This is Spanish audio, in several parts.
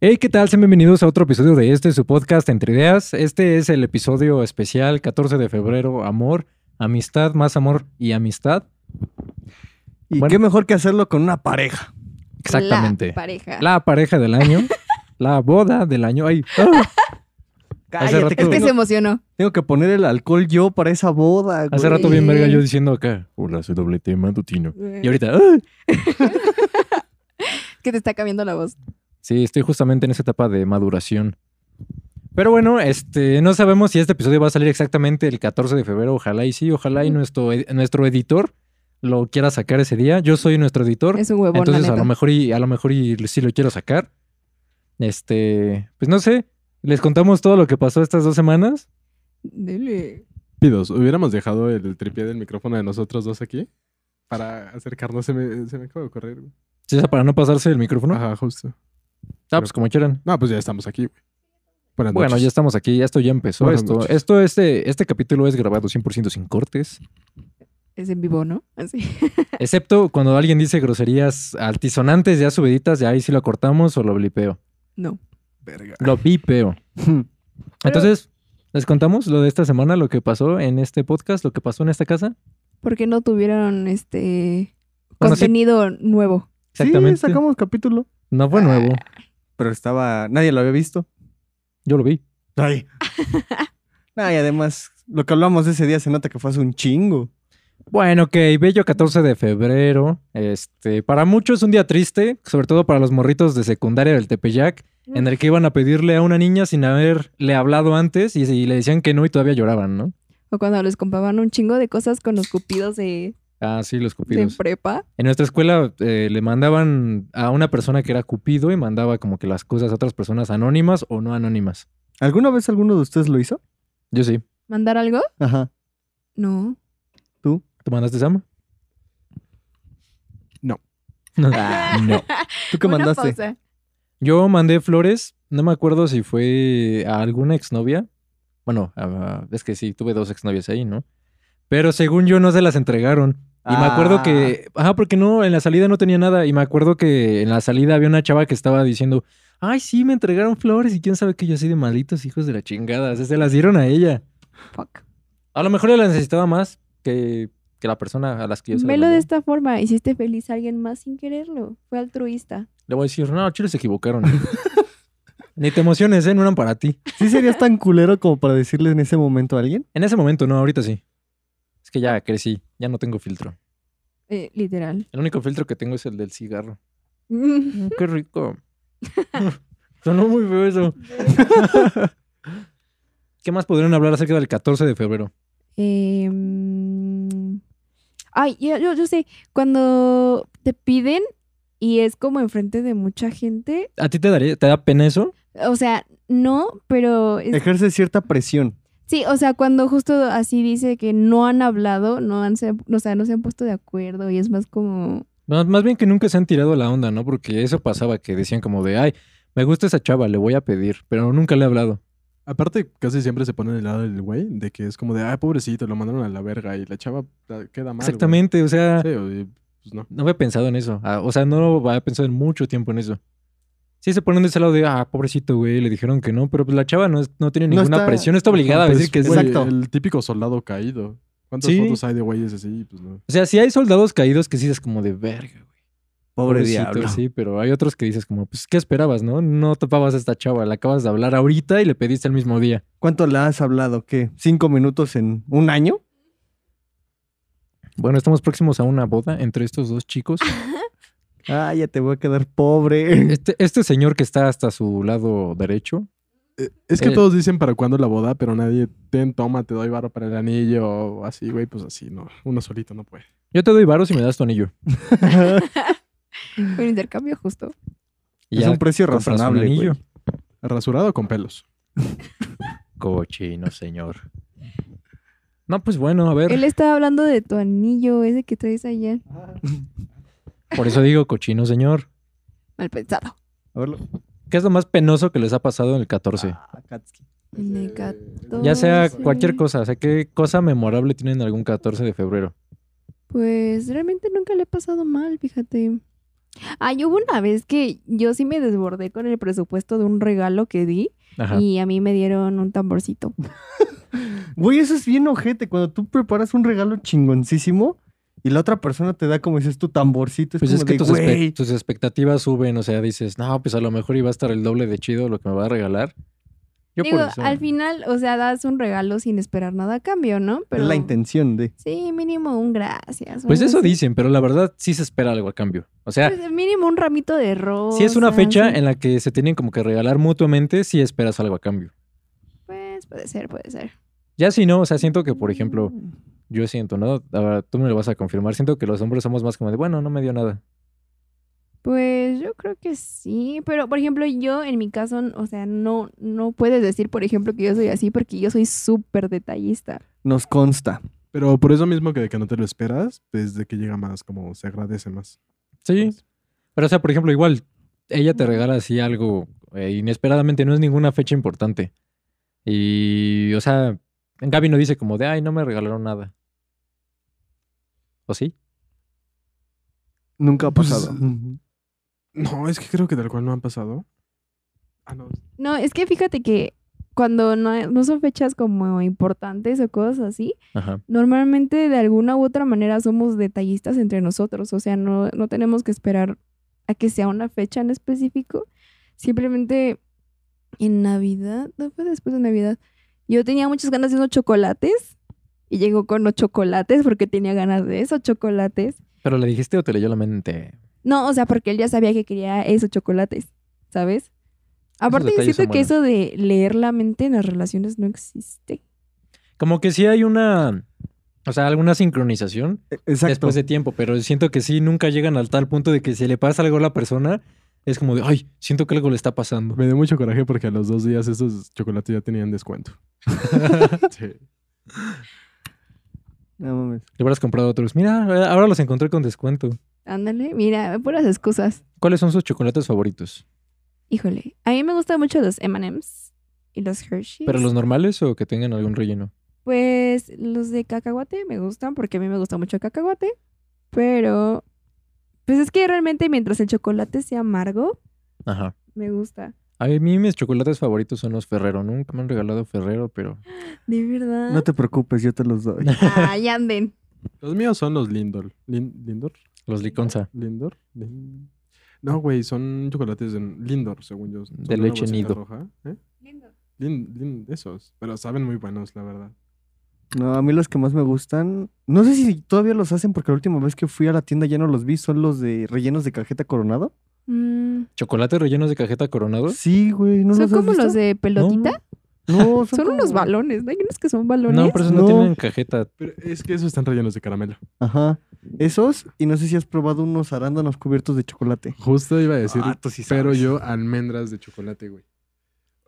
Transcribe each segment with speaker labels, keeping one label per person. Speaker 1: Hey, ¿qué tal? Sean bienvenidos a otro episodio de este, su podcast Entre Ideas. Este es el episodio especial 14 de febrero, amor, amistad, más amor y amistad.
Speaker 2: Y
Speaker 1: Bueno.
Speaker 2: qué mejor que hacerlo con una pareja.
Speaker 1: Exactamente.
Speaker 3: La pareja.
Speaker 1: La pareja del año, la boda del año. Ay, ah. Hace rato-
Speaker 3: es que
Speaker 2: tengo,
Speaker 3: se emocionó.
Speaker 2: tengo que poner el alcohol yo para esa boda.
Speaker 1: hace
Speaker 2: güey.
Speaker 1: rato bien verga yo diciendo acá, hola, soy doble T matutino. Y ahorita, ah.
Speaker 3: Que te está cambiando la voz.
Speaker 1: Sí, estoy justamente en esa etapa de maduración. Pero bueno, este, no sabemos si este episodio va a salir exactamente el 14 de febrero. Ojalá y sí, ojalá y nuestro, ed- nuestro editor lo quiera sacar ese día. Yo soy nuestro editor.
Speaker 3: Es un huevón,
Speaker 1: entonces
Speaker 3: la
Speaker 1: a lo
Speaker 3: neta.
Speaker 1: mejor y a lo mejor y sí lo quiero sacar. Este, pues no sé. Les contamos todo lo que pasó estas dos semanas.
Speaker 3: Dele.
Speaker 4: Pidos, hubiéramos dejado el tripié del micrófono de nosotros dos aquí para acercarnos. Se me, se me acaba de ocurrir. güey.
Speaker 1: Sí, o sea, para no pasarse el micrófono.
Speaker 4: Ajá, justo.
Speaker 1: Ah, pues como quieran.
Speaker 4: No, pues ya estamos aquí, güey. Buenas
Speaker 1: Bueno, ya
Speaker 4: noches.
Speaker 1: estamos aquí, ya esto ya empezó.
Speaker 4: Buenas
Speaker 1: esto,
Speaker 4: noches.
Speaker 1: esto, este, este capítulo es grabado 100% sin cortes.
Speaker 3: Es en vivo, ¿no? Así.
Speaker 1: Excepto cuando alguien dice groserías altisonantes ya subiditas, ya ahí sí lo cortamos o lo blipeo.
Speaker 3: No.
Speaker 2: Verga.
Speaker 1: Lo bipeo. Entonces, ¿les contamos lo de esta semana, lo que pasó en este podcast, lo que pasó en esta casa?
Speaker 3: Porque no tuvieron este
Speaker 1: Bueno, sí,
Speaker 3: contenido nuevo.
Speaker 1: exactamente.
Speaker 2: Sí, sacamos capítulo.
Speaker 1: No fue nuevo.
Speaker 2: Pero estaba. Nadie lo había visto.
Speaker 1: Yo lo vi.
Speaker 2: Ay. y además, lo que hablamos ese día se nota que fue hace un chingo.
Speaker 1: Bueno, ok, bello 14 de febrero. Este, para muchos es un día triste, sobre todo para los morritos de secundaria del Tepeyac, en el que iban a pedirle a una niña sin haberle hablado antes y, y le decían que no y todavía lloraban, ¿no?
Speaker 3: O cuando les compraban un chingo de cosas con los cupidos de,
Speaker 1: Ah, sí, los
Speaker 3: de
Speaker 1: cupidos.
Speaker 3: prepa.
Speaker 1: En nuestra escuela eh, le mandaban a una persona que era Cupido y mandaba como que las cosas a otras personas anónimas o no anónimas.
Speaker 2: ¿Alguna vez alguno de ustedes lo hizo?
Speaker 1: Yo sí.
Speaker 3: ¿Mandar algo?
Speaker 2: Ajá.
Speaker 3: No.
Speaker 1: ¿Tú mandaste Sam?
Speaker 4: No.
Speaker 1: no.
Speaker 2: ¿Tú qué
Speaker 3: Una
Speaker 2: mandaste?
Speaker 3: pausa.
Speaker 1: Yo mandé flores. No me acuerdo si fue a alguna exnovia. Bueno, a- a- es que sí, tuve dos exnovias ahí, ¿no? Pero según yo no se las entregaron. Y me acuerdo
Speaker 2: Ah.
Speaker 1: que, ajá, porque no, en la salida no tenía nada. Y me acuerdo que en la salida había una chava que estaba diciendo, ay, sí, me entregaron flores y quién sabe que yo soy de malditos hijos de la chingada. O sea, se las dieron a ella.
Speaker 3: Fuck.
Speaker 1: A lo mejor ella las necesitaba más que, que la persona a las que yo se las
Speaker 3: Velo de
Speaker 1: mandé.
Speaker 3: esta forma. Hiciste feliz a alguien más sin quererlo. Fue altruista.
Speaker 1: Le voy a decir, no, chiles se equivocaron. Ni te emociones, ¿eh? No eran para ti.
Speaker 2: ¿Sí serías tan culero como para decirle en ese momento a alguien?
Speaker 1: En ese momento no, ahorita sí. Es que ya crecí, ya no tengo filtro.
Speaker 3: Eh, literal.
Speaker 1: El único filtro que tengo es el del cigarro. Mm, qué rico. Sonó muy feo eso. ¿Qué más podrían hablar acerca del 14 de febrero?
Speaker 3: Eh, mm, ay, yo, yo- yo sé, cuando te piden y es como enfrente de mucha gente,
Speaker 1: ¿A ti te, daría, te da pena eso?
Speaker 3: o sea, no, pero es-
Speaker 2: Ejerce cierta presión.
Speaker 3: sí, o sea, cuando justo así dice que no han hablado, no han, se- o sea, no se han puesto de acuerdo y es más como,
Speaker 1: Más, más bien que nunca se han tirado la onda, ¿no? Porque eso pasaba, que decían como de, ay, me gusta esa chava, le voy a pedir, pero nunca le he hablado.
Speaker 4: Aparte, casi siempre se ponen del lado del güey de que es como de, ay, pobrecito, lo mandaron a la verga y la chava la- queda mal. güey.
Speaker 1: Exactamente, o sea,
Speaker 4: Sí, o- y, pues no.
Speaker 1: no había pensado en eso. Ah, O sea, no había pensado en mucho tiempo en eso. Sí se ponen de ese lado de, ah, pobrecito, güey, le dijeron que no, pero pues la chava no, es- no tiene
Speaker 2: No
Speaker 1: ninguna
Speaker 2: está-
Speaker 1: presión, no está obligada a
Speaker 4: Pues,
Speaker 1: decir que
Speaker 4: güey,
Speaker 1: es...
Speaker 2: exacto.
Speaker 4: El típico soldado caído. ¿Cuántas
Speaker 1: Sí.
Speaker 4: fotos hay de güeyes así? Pues no.
Speaker 1: O sea, si hay soldados caídos que sí es como de verga, güey.
Speaker 2: Pobre
Speaker 1: Pobrecito,
Speaker 2: diablo.
Speaker 1: Sí, pero hay otros que dices como, pues, ¿qué esperabas, no? No topabas a esta chava, la acabas de hablar ahorita y le pediste el mismo día.
Speaker 2: ¿Cuánto la has hablado? ¿Qué? ¿Cinco minutos en un año?
Speaker 1: Bueno, estamos próximos a una boda entre estos dos chicos.
Speaker 2: Ah, ya te voy a quedar pobre.
Speaker 1: Este, este señor que está hasta su lado derecho,
Speaker 4: Eh, Es que
Speaker 1: Eh.
Speaker 4: todos dicen para cuándo la boda, pero nadie, ten, toma, te doy barro para el anillo o así, güey, pues así, no. Uno solito no puede.
Speaker 1: yo te doy varos y me das tu anillo.
Speaker 3: un intercambio justo.
Speaker 1: Y
Speaker 2: es
Speaker 1: ya
Speaker 2: un precio
Speaker 1: compras un
Speaker 2: razonable, güey.
Speaker 1: anillo.
Speaker 4: Rasurado con pelos.
Speaker 1: Cochino, señor. No, pues bueno, a ver.
Speaker 3: Él estaba hablando de tu anillo, ese que traes allá,
Speaker 1: Por eso digo cochino, señor.
Speaker 3: mal pensado.
Speaker 2: A verlo.
Speaker 1: ¿Qué es lo más penoso que les ha pasado en el 14?
Speaker 2: Ah, Katsuki.
Speaker 3: Nega-
Speaker 1: ya sea
Speaker 3: sí.
Speaker 1: cualquier cosa, o sea, ¿qué cosa memorable tienen algún 14 de febrero?
Speaker 3: Pues realmente nunca le he pasado mal, fíjate. Ay, hubo una vez que yo sí me desbordé con el presupuesto de un regalo que di
Speaker 1: Ajá.
Speaker 3: y a mí me dieron un tamborcito.
Speaker 2: Güey, eso es bien ojete. Cuando tú preparas un regalo chingoncísimo y la otra persona te da como dices tu tamborcito. Es
Speaker 1: Pues
Speaker 2: como
Speaker 1: es que
Speaker 2: de,
Speaker 1: tus, espe-
Speaker 2: güey.
Speaker 1: tus expectativas suben, o sea, dices, no, pues a lo mejor iba a estar el doble de chido lo que me va a regalar. Yo
Speaker 3: Digo,
Speaker 1: por eso.
Speaker 3: al final, o sea, das un regalo sin esperar nada a cambio, ¿no?
Speaker 2: Es la intención de.
Speaker 3: Sí, mínimo un gracias.
Speaker 1: Pues
Speaker 3: un
Speaker 1: eso
Speaker 3: así.
Speaker 1: dicen, pero la verdad sí se espera algo a cambio. O sea,
Speaker 3: Pues, mínimo un ramito de rosas.
Speaker 1: si es una fecha
Speaker 3: Pues, sí.
Speaker 1: en la que se tienen como que regalar mutuamente, sí esperas algo a cambio.
Speaker 3: Pues puede ser, puede ser. Mm.
Speaker 1: Ya si no, o sea, siento que, por ejemplo, yo siento, ¿no? Ahora tú me lo vas a confirmar. Siento que los hombres somos más como de, bueno, no me dio nada.
Speaker 3: Pues yo creo que sí, pero por ejemplo yo en mi caso, o sea, no, no puedes decir por ejemplo que yo soy así porque yo soy súper detallista.
Speaker 2: Nos consta.
Speaker 4: Pero por eso mismo que de que no te lo esperas, pues de que llega más, como se agradece más. Pues,
Speaker 1: Sí. Pero, o sea, por ejemplo, igual, ella te regala así algo eh, inesperadamente, no es ninguna fecha importante. Y, o sea, Gaby no dice como de, ay, no me regalaron nada. ¿O sí?
Speaker 2: Nunca ha
Speaker 4: Pues-
Speaker 2: pasado.
Speaker 4: No, es que creo que tal cual no han pasado. Ah, no.
Speaker 3: No, es que fíjate que cuando no, no son fechas como importantes o cosas así,
Speaker 1: Ajá.
Speaker 3: normalmente de alguna u otra manera somos detallistas entre nosotros, o sea, no, no tenemos que esperar a que sea una fecha en específico, simplemente en Navidad, no fue después de Navidad, yo tenía muchas ganas de unos chocolates y llegó con los chocolates porque tenía ganas de esos chocolates.
Speaker 1: ¿Pero le dijiste o te leyó la mente?
Speaker 3: No, o sea, porque él ya sabía que quería esos chocolates, ¿sabes? Aparte, yo
Speaker 1: detalles son
Speaker 3: siento que
Speaker 1: buenos.
Speaker 3: eso de leer la mente en las relaciones no existe.
Speaker 1: Como que sí hay una, o sea, alguna sincronización
Speaker 2: E, Exacto.
Speaker 1: después de tiempo, pero siento que sí nunca llegan al tal punto de que si le pasa algo a la persona, es como de, ay, siento que algo le está pasando.
Speaker 4: Me dio mucho coraje porque a los dos días esos chocolates ya tenían descuento. sí.
Speaker 2: No mames.
Speaker 1: Le habrás comprado otros. Mira, eh, ahora los encontré con descuento.
Speaker 3: Ándale, mira, puras excusas.
Speaker 1: ¿Cuáles son sus chocolates favoritos?
Speaker 3: Híjole, a mí me gustan mucho los M&M's y los Hershey's.
Speaker 1: ¿Pero los normales o que tengan algún relleno?
Speaker 3: Pues los de cacahuate me gustan porque a mí me gusta mucho el cacahuate, pero pues es que realmente mientras el chocolate sea amargo,
Speaker 1: Ajá.
Speaker 3: me gusta.
Speaker 1: A mí mis chocolates favoritos son los Ferrero. Nunca me han regalado Ferrero, pero...
Speaker 3: De verdad.
Speaker 2: No te preocupes, yo te los doy.
Speaker 3: Ay, anden.
Speaker 4: Los míos son los Lindor. Lin- ¿Lindor?
Speaker 1: Los Liconza.
Speaker 4: ¿Lindor? Lin- No, güey, son chocolates de Lindor, según yo. Son
Speaker 1: De
Speaker 4: una
Speaker 1: leche
Speaker 4: bolsita
Speaker 1: nido.
Speaker 4: roja, ¿eh? Lin- Lin- esos. Pero saben muy buenos, la verdad.
Speaker 2: No, a mí los que más me gustan. No sé si todavía los hacen porque la última vez que fui a la tienda ya no los vi. Son los de rellenos de cajeta coronado.
Speaker 3: Mm,
Speaker 1: ¿Chocolates rellenos de cajeta coronado?
Speaker 2: Sí, güey. ¿no
Speaker 3: son
Speaker 2: los has
Speaker 3: como los
Speaker 2: visto?
Speaker 3: de pelotita.
Speaker 2: No, son,
Speaker 3: son unos
Speaker 2: como-
Speaker 3: balones, ¿no? Hay unos que son balones.
Speaker 1: No, pero esos no,
Speaker 2: No.
Speaker 1: tienen cajeta.
Speaker 4: Pero es que esos están rellenos de caramelo.
Speaker 2: Ajá. Esos. Y no sé si has probado unos arándanos cubiertos de chocolate.
Speaker 4: Justo iba a decir,
Speaker 2: Ah, tú sí
Speaker 4: pero
Speaker 2: sabes.
Speaker 4: yo almendras de chocolate, güey.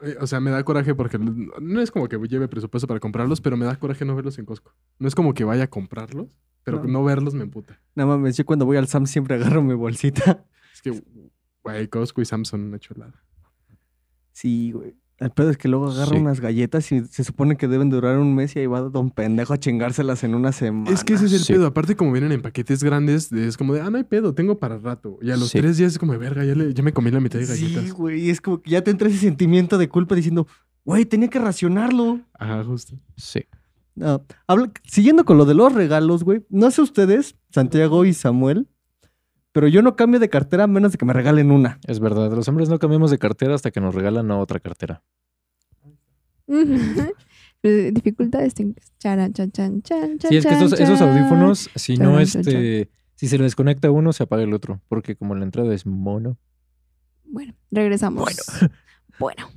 Speaker 4: Eh, O sea, me da coraje porque l- no es como que lleve presupuesto para comprarlos, pero me da coraje no verlos en Costco. No es como que vaya a comprarlos, pero
Speaker 2: No.
Speaker 4: no, verlos me emputa.
Speaker 2: No mames, yo cuando voy al Sam siempre agarro mi bolsita.
Speaker 4: Es que, güey, Costco y Samsung una chulada.
Speaker 2: Sí, güey. El pedo es que luego agarro
Speaker 1: Sí.
Speaker 2: unas galletas y se supone que deben durar un mes y ahí va don pendejo a chingárselas en una semana.
Speaker 4: Es que ese es el
Speaker 1: sí.
Speaker 4: pedo. Aparte, como vienen en paquetes grandes, de- es como de, ah, no hay pedo, tengo para rato. Y a los
Speaker 1: Sí.
Speaker 4: tres días es como, de, verga, ya, le- ya me comí la mitad de galletas.
Speaker 2: Sí, güey. Es como que ya te entra ese sentimiento de culpa diciendo, güey, tenía que racionarlo.
Speaker 4: Ajá, justo.
Speaker 1: Sí.
Speaker 2: No, habla- siguiendo con lo de los regalos, güey. No sé ustedes, Santiago y Samuel, pero yo no cambio de cartera a menos de que me regalen una.
Speaker 1: Es verdad, los hombres no cambiamos de cartera hasta que nos regalan otra cartera.
Speaker 3: Ujú. Pues, Dificultades. ten- Charan, chan, chan, chan,
Speaker 1: Sí, es que
Speaker 3: chan,
Speaker 1: estos, esos
Speaker 3: chan.
Speaker 1: audífonos, si no
Speaker 3: Chan, chan, chan.
Speaker 1: este... Si se le desconecta uno, se apaga el otro. Porque como la entrada es mono.
Speaker 3: Bueno, regresamos. Bueno. Bueno.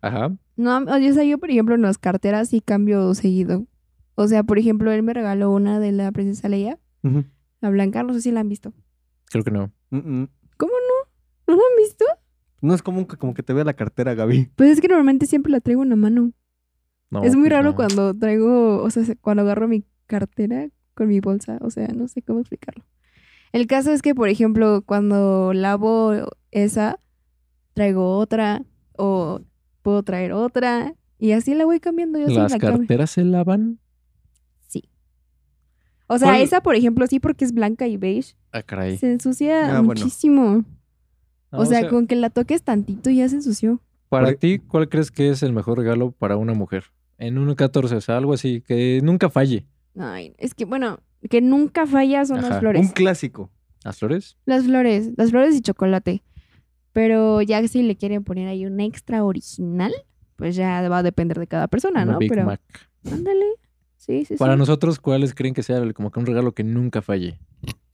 Speaker 1: Ajá.
Speaker 3: No, o sea, yo por ejemplo en las carteras sí cambio seguido. O sea, por ejemplo, él me regaló una de la princesa Leia, la blanca, no sé si la han visto.
Speaker 1: Creo que no.
Speaker 2: Mm-mm.
Speaker 3: ¿No la han visto?
Speaker 2: No es común que, como que te vea la cartera, Gaby.
Speaker 3: Pues es que normalmente siempre la traigo en la mano.
Speaker 1: No,
Speaker 3: es muy
Speaker 1: pues
Speaker 3: raro
Speaker 1: no.
Speaker 3: cuando traigo, o sea, cuando agarro mi cartera con mi bolsa, o sea, no sé cómo explicarlo. El caso es que, por ejemplo, cuando lavo esa, traigo otra, o puedo traer otra, y así la voy cambiando, yo sí
Speaker 1: Las
Speaker 3: la cambio.
Speaker 1: carteras se lavan.
Speaker 3: Sí. O O sea,
Speaker 1: ¿Cuál?
Speaker 3: esa, por ejemplo, sí, porque es blanca y beige,
Speaker 1: Ah, caray.
Speaker 3: se ensucia
Speaker 2: Ah, bueno.
Speaker 3: muchísimo.
Speaker 1: No,
Speaker 3: o, sea, con que la toques tantito ya se ensució.
Speaker 1: para
Speaker 2: Por-
Speaker 1: ti, ¿cuál crees que es el mejor regalo para una mujer? En un 14, o sea, algo así, que nunca falle.
Speaker 3: Ay, es que, bueno, que nunca falla son
Speaker 1: Ajá.
Speaker 3: las flores.
Speaker 2: Ah, Un clásico.
Speaker 1: ¿Las flores?
Speaker 3: Las flores, las flores y chocolate. Pero ya si le quieren poner ahí un extra original, pues ya va a depender de cada persona,
Speaker 1: una
Speaker 3: ¿no?
Speaker 1: Big
Speaker 3: Pero
Speaker 1: Mac.
Speaker 3: ándale. Sí, sí,
Speaker 1: Para
Speaker 3: sí.
Speaker 1: nosotros, ¿cuáles creen que sea el- como que un regalo que nunca falle?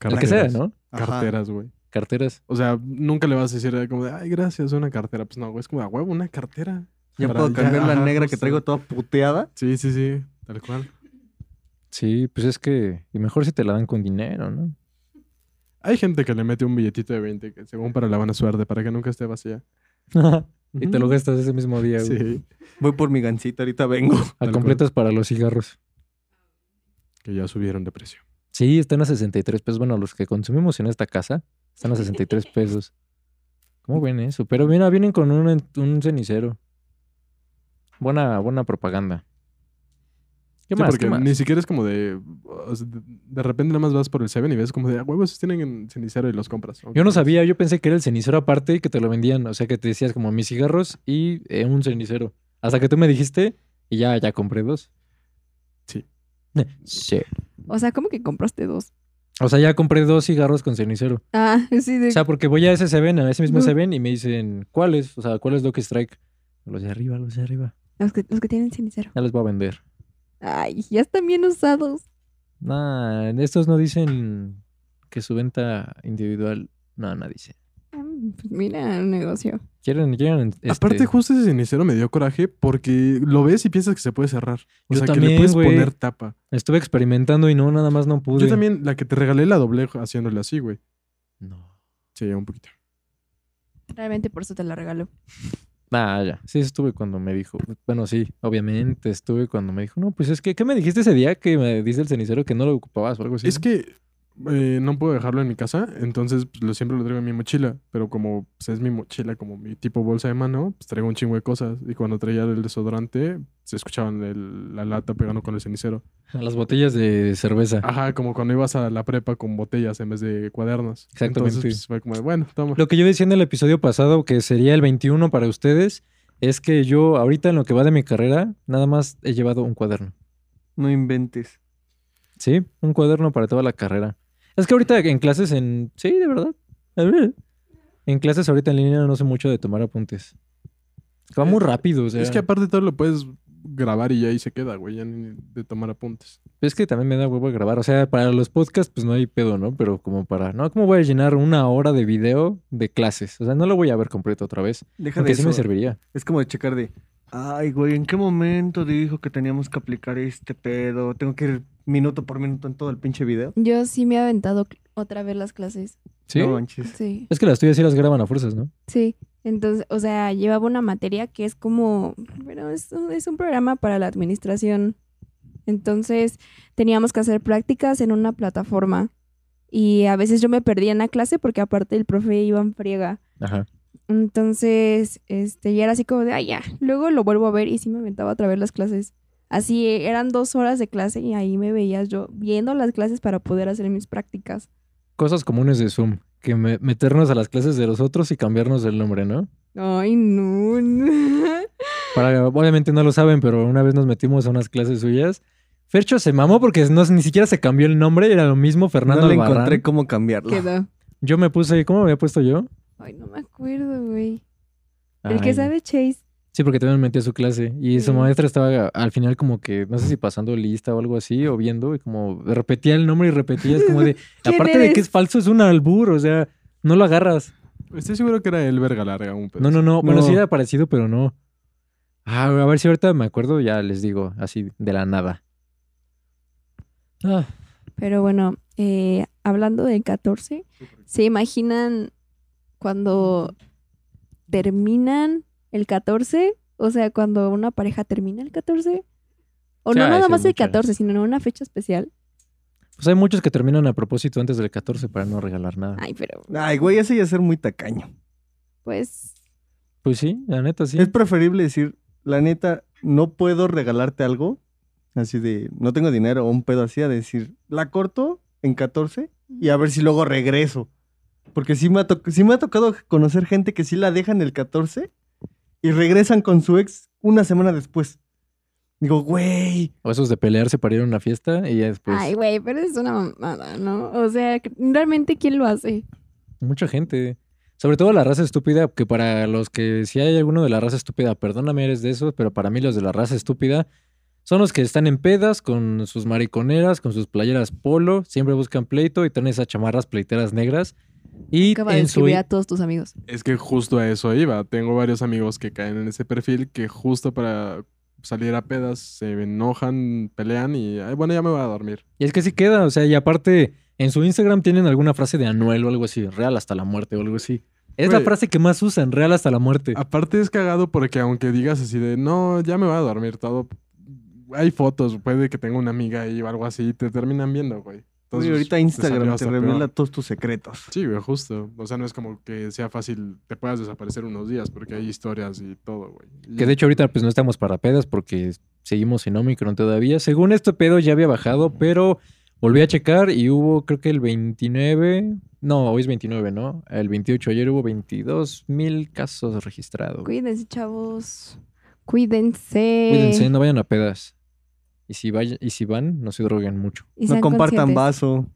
Speaker 1: El que sea, ¿no?
Speaker 2: Ajá.
Speaker 4: Carteras, güey.
Speaker 1: Carteras.
Speaker 4: O sea, nunca le vas a decir eh, como de, ay, gracias, una cartera. Pues no, güey, es como de, "A huevo, una cartera.
Speaker 2: Ya
Speaker 4: Para-
Speaker 2: puedo cambiar la
Speaker 4: ajá,
Speaker 2: negra que
Speaker 4: justo.
Speaker 2: traigo toda puteada.
Speaker 4: Sí, sí, sí, tal cual.
Speaker 1: Sí, pues es que. Y mejor si te la dan con dinero, ¿no?
Speaker 4: Hay gente que le mete un billetito de 20, que según para la buena suerte, para que nunca esté vacía.
Speaker 1: y te lo
Speaker 3: Mm.
Speaker 4: Ujú.
Speaker 1: gastas ese mismo día, güey.
Speaker 4: Sí,
Speaker 2: Voy por mi gancita, ahorita vengo.
Speaker 1: A
Speaker 4: Tal
Speaker 1: completas para los cigarros.
Speaker 4: que ya subieron de precio.
Speaker 1: Sí, están a 63 pesos. Bueno, los que consumimos en esta casa están a 63 pesos. ¿Cómo ven eso? Pero mira, vienen con un, en- un cenicero. Buena, buena propaganda. ¿Qué
Speaker 4: Sí,
Speaker 1: más?
Speaker 4: porque
Speaker 1: ¿Qué más?
Speaker 4: ni siquiera es como de, o sea, de. de repente nada más vas por el 7 y ves como de, a huevos, tienen en cenicero y los compras.
Speaker 1: Yo no sabía, yo pensé que era el cenicero aparte y que te lo vendían. O sea, que te decías como mis cigarros y eh, un cenicero. Hasta que tú me dijiste y ya, ya compré dos.
Speaker 4: Sí.
Speaker 1: Sí.
Speaker 3: O sea, ¿cómo que compraste dos?
Speaker 1: O sea, ya compré dos cigarros con cenicero.
Speaker 3: Ah, sí, de...
Speaker 1: O sea, porque voy a ese Seven, a ese mismo
Speaker 3: Ujú.
Speaker 1: Seven y me dicen, ¿cuáles? O sea, ¿cuál es Lucky Strike? Los de arriba, los de arriba.
Speaker 3: los, que, los que tienen cenicero.
Speaker 1: Ya los voy a vender.
Speaker 3: Ay, ya están bien usados.
Speaker 1: Nah, estos no dicen que su venta individual. No, no dice.
Speaker 3: Ah, Pues mira, un negocio.
Speaker 1: Quieren, quieren. este,
Speaker 4: Aparte, justo ese cenicero me dio coraje porque lo ves y piensas que se puede cerrar. O
Speaker 1: Yo
Speaker 4: sea, que
Speaker 1: también,
Speaker 4: le puedes
Speaker 1: güey.
Speaker 4: poner tapa.
Speaker 1: estuve experimentando y no, nada más no pude.
Speaker 4: Yo también, la que te regalé la doblé haciéndole así, güey.
Speaker 1: No.
Speaker 4: Sí, un poquito.
Speaker 3: Realmente por eso te la regalo.
Speaker 1: Ah, ya. Sí, estuve cuando me dijo. Bueno, sí, obviamente estuve cuando me dijo. No, pues es que, ¿qué me dijiste ese día que me dice el cenicero que no lo ocupabas o algo así?
Speaker 4: Es
Speaker 1: no?
Speaker 4: que eh, no puedo dejarlo en mi casa, entonces pues, lo, siempre lo traigo en mi mochila, pero como pues, es mi mochila, como mi tipo bolsa de mano, pues traigo un chingo de cosas. Y cuando traía el desodorante, se escuchaban el- la lata pegando con el cenicero.
Speaker 1: A las botellas de cerveza.
Speaker 4: Ajá, como cuando ibas a la prepa con botellas en vez de cuadernos.
Speaker 1: Exactamente.
Speaker 4: Entonces pues, fue como, de, bueno, toma.
Speaker 1: Lo que yo decía en el episodio pasado, que sería el 21 para ustedes, es que yo ahorita en lo que va de mi carrera, nada más he llevado un cuaderno.
Speaker 2: No inventes.
Speaker 1: Sí, un cuaderno para toda la carrera. Es que ahorita en clases en... Sí, de verdad. A ver. En clases ahorita en línea no sé mucho de tomar apuntes. Va muy
Speaker 4: Eh,
Speaker 1: rápido, o sea.
Speaker 4: Es que aparte todo lo puedes grabar y ya ahí se queda, güey, ya ni de tomar apuntes.
Speaker 1: Es que también me da huevo grabar. O sea, para los podcasts, pues no hay pedo, ¿no? Pero como para, ¿no? ¿Cómo voy a llenar una hora de video de clases? O sea, no lo voy a ver completo otra vez.
Speaker 2: Deja de
Speaker 1: Porque sí me
Speaker 2: eso.
Speaker 1: serviría.
Speaker 2: Es como de checar de, ay, güey, ¿en qué momento dijo que teníamos que aplicar este pedo? Tengo que ir minuto por minuto en todo el pinche video.
Speaker 3: Yo sí me he aventado cl- otra vez las clases.
Speaker 1: Sí.
Speaker 2: No manches.
Speaker 3: Sí.
Speaker 1: Es que las tuyas sí las graban a fuerzas, ¿no?
Speaker 3: Sí, entonces, o sea, llevaba una materia que es como, bueno, es un, es un programa para la administración. Entonces, teníamos que hacer prácticas en una plataforma. Y a veces yo me perdía en la clase porque aparte el profe iba en friega.
Speaker 1: Ajá.
Speaker 3: Entonces, este, ya era así como de, ay, ya, luego lo vuelvo a ver y sí me aventaba otra vez las clases. Así eh, eran dos horas de clase y ahí me veías yo viendo las clases para poder hacer mis prácticas.
Speaker 1: Cosas comunes de Zoom. Que me- meternos a las clases de los otros y cambiarnos el nombre, ¿no?
Speaker 3: Ay, no. no.
Speaker 1: Para, obviamente no lo saben, pero una vez nos metimos a unas clases suyas. Fercho se mamó porque no, ni siquiera se cambió el nombre, era lo mismo Fernando
Speaker 2: no le
Speaker 1: Albarrán.
Speaker 2: encontré cómo cambiarlo.
Speaker 3: Quedó.
Speaker 1: Yo me puse, ¿cómo me había puesto yo?
Speaker 3: Ay, no me acuerdo, güey. El
Speaker 1: Ay.
Speaker 3: que sabe Chase.
Speaker 1: Sí, porque también me metí a su clase y su
Speaker 3: Mm.
Speaker 1: maestra estaba al final como que, no sé si pasando lista o algo así, o viendo, y como repetía el nombre y repetía, es como de,
Speaker 3: ¿Quién
Speaker 1: aparte de que
Speaker 3: eres?
Speaker 1: es falso, es un albur, o sea, no lo agarras.
Speaker 4: Estoy seguro que era el verga larga un pedo.
Speaker 1: No, no, no, bueno, sí
Speaker 2: No.
Speaker 1: era parecido, pero no. Ah, a ver si ahorita me acuerdo, ya les digo, así de la nada. Ah,
Speaker 3: Pero bueno, eh, hablando del 14, ¿se imaginan cuando terminan el 14? O sea, cuando una pareja termina el 14. O no
Speaker 1: Ya,
Speaker 3: nada
Speaker 1: ese
Speaker 3: más el
Speaker 1: mucho.
Speaker 3: 14, sino en una fecha especial.
Speaker 1: pues hay muchos que terminan a propósito antes del 14 para no regalar nada.
Speaker 3: Ay, pero
Speaker 2: Ay, güey, ese ya es ser muy tacaño.
Speaker 3: pues
Speaker 1: Pues sí, la neta sí.
Speaker 2: Es preferible decir, la neta, no puedo regalarte algo así de no tengo dinero o un pedo así, a decir, la corto en 14 y a ver si luego regreso. Porque sí me ha, to- sí me ha tocado conocer gente que sí la dejan el 14 y regresan con su ex una semana después. Digo, güey,
Speaker 1: O esos de pelearse para ir a una fiesta y ya después.
Speaker 3: Ay, güey, pero es una mamada, ¿no? O sea, que- realmente, ¿quién lo hace?
Speaker 1: Mucha gente. Sobre todo la raza estúpida, que para los que si hay alguno de la raza estúpida, perdóname, eres de esos, pero para mí los de la raza estúpida son los que están en pedas con sus mariconeras, con sus playeras polo, siempre buscan pleito y traen esas chamarras pleiteras negras. Y
Speaker 3: Acaba de
Speaker 1: en su,
Speaker 3: escribir a todos tus amigos.
Speaker 4: Es que justo a eso iba. Tengo varios amigos que caen en ese perfil que justo para salir a pedas se enojan, pelean y "Ay, bueno, ya me voy a dormir.
Speaker 1: Y es que sí queda, o sea, y aparte, en su Instagram tienen alguna frase de Anuel o algo así, real hasta la muerte o algo así. Es la
Speaker 4: Güey.
Speaker 1: frase que más usan, real hasta la muerte.
Speaker 4: Aparte es cagado porque aunque digas así de no, ya me voy a dormir todo, hay fotos, puede que tenga una amiga ahí o algo así y te terminan viendo, güey.
Speaker 2: güey,
Speaker 4: Entonces,
Speaker 2: ahorita
Speaker 4: te salió
Speaker 2: Instagram te
Speaker 4: hasta
Speaker 2: revela
Speaker 4: peor.
Speaker 2: todos tus secretos.
Speaker 4: Sí, güey, justo. O sea, no es como que sea fácil, te puedas desaparecer unos días porque hay historias y todo, güey. Y-
Speaker 1: Que de hecho ahorita pues no estamos para pedas porque seguimos sin Omicron todavía. Según este pedo ya había bajado, pero volví a checar y hubo creo que el 29, no, hoy es 29, ¿no? El 28, ayer hubo 22 mil casos registrados.
Speaker 3: Cuídense, chavos. Cuídense.
Speaker 1: Cuídense, no vayan a pedas. Y si, vaya- y si van, no se droguen mucho.
Speaker 3: Y
Speaker 2: No
Speaker 3: sean
Speaker 2: compartan
Speaker 3: conscientes.
Speaker 2: vaso.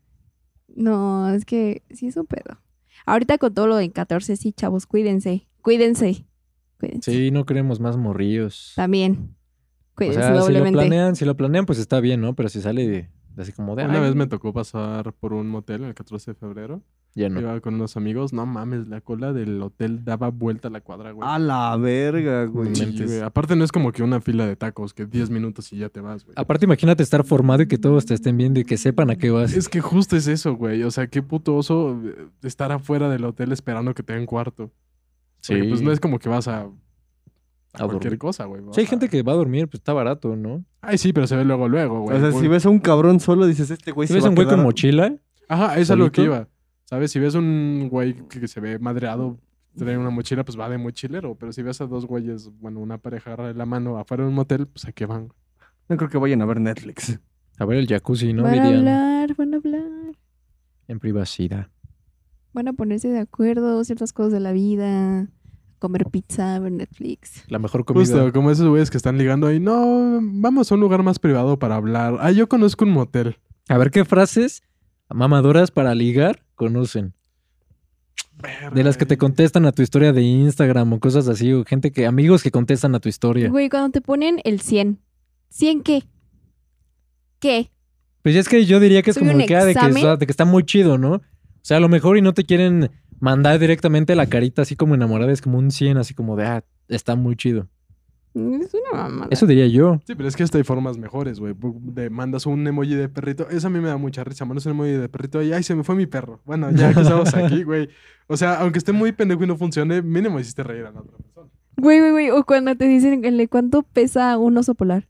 Speaker 3: No, es que sí es un pedo. Ahorita con todo lo de 14, sí, chavos, cuídense. Cuídense. Cuídense.
Speaker 1: Sí, no queremos más morrillos.
Speaker 3: También.
Speaker 1: O
Speaker 3: Cuídense
Speaker 1: sea, si lo
Speaker 3: doblemente.
Speaker 1: planean, si lo planean, pues está bien, ¿no? Pero si sale de- de así como de...
Speaker 4: Una
Speaker 1: "Ay,
Speaker 4: vez me tocó pasar por un motel el 14 de febrero.
Speaker 1: Ya no.
Speaker 4: Iba con unos amigos. No mames, la cola del hotel daba vuelta a la cuadra, güey.
Speaker 2: A la verga, güey.
Speaker 4: Sí,
Speaker 1: mentes.
Speaker 4: güey. Aparte no es como que una fila de tacos que 10 minutos y ya te vas, güey.
Speaker 1: Aparte, imagínate estar formado y que todos te estén viendo y que sepan a qué vas.
Speaker 4: Es que justo es eso, güey. O sea, qué puto oso eh, estar afuera del hotel esperando que te den cuarto. Porque, pues no es como que vas a, a
Speaker 1: A
Speaker 4: cualquier
Speaker 1: dormir.
Speaker 4: cosa, güey.
Speaker 1: Si hay
Speaker 4: Vas a-
Speaker 1: gente que va a dormir, pues está barato, ¿no?
Speaker 4: Ay, sí, pero se ve luego, luego, güey.
Speaker 2: O sea, si
Speaker 4: Pon-
Speaker 2: ves a un cabrón solo, dices, este güey
Speaker 1: Si
Speaker 2: se
Speaker 1: ves
Speaker 2: va a
Speaker 1: un güey con
Speaker 2: quedar-
Speaker 1: mochila,
Speaker 4: Ajá, es a lo que
Speaker 1: solito.
Speaker 4: iba. ¿Sabes? Si ves un güey que que se ve madreado, trae una mochila, pues va de mochilero. Pero si ves a dos güeyes, bueno, una pareja agarra la mano afuera de un motel, pues a qué van.
Speaker 2: No creo que vayan a ver Netflix.
Speaker 1: a ver el jacuzzi, ¿no?
Speaker 3: Van a
Speaker 1: Dirían,
Speaker 3: hablar, van a hablar.
Speaker 1: en privacidad.
Speaker 3: Van a ponerse de acuerdo ciertas cosas de la vida. Comer pizza, ver Netflix.
Speaker 1: La mejor comida.
Speaker 4: Justo, como esos güeyes que están ligando ahí. No, vamos a un lugar más privado para hablar. Ah, yo conozco un motel.
Speaker 1: A ver qué frases mamadoras para ligar conocen. De las que te contestan a tu historia de Instagram o cosas así, o gente que, amigos que contestan a tu historia.
Speaker 3: Güey, cuando te ponen el 100. ¿100 qué? ¿Qué?
Speaker 1: Pues es que yo diría que es
Speaker 3: Soy
Speaker 1: como
Speaker 3: un
Speaker 1: que, ah, de que,
Speaker 3: examen.
Speaker 1: está, de que está muy chido, ¿no? O sea, a lo mejor y no te quieren mandar directamente la carita así como enamorada, es como un 100, así como de, ah, está muy chido.
Speaker 3: Es una mamada.
Speaker 1: Eso diría yo.
Speaker 4: Sí, pero es que hasta hay formas mejores, güey. Bu- de- mandas un emoji de perrito. Eso a mí me da mucha risa. Mandas un emoji de perrito y, ay, se me fue mi perro. Bueno, ya que estamos aquí, güey. O sea, aunque esté muy pendejo y no funcione, mínimo hiciste reír a la otra persona.
Speaker 3: Güey, güey, güey. O cuando te dicen el- cuánto pesa un oso polar.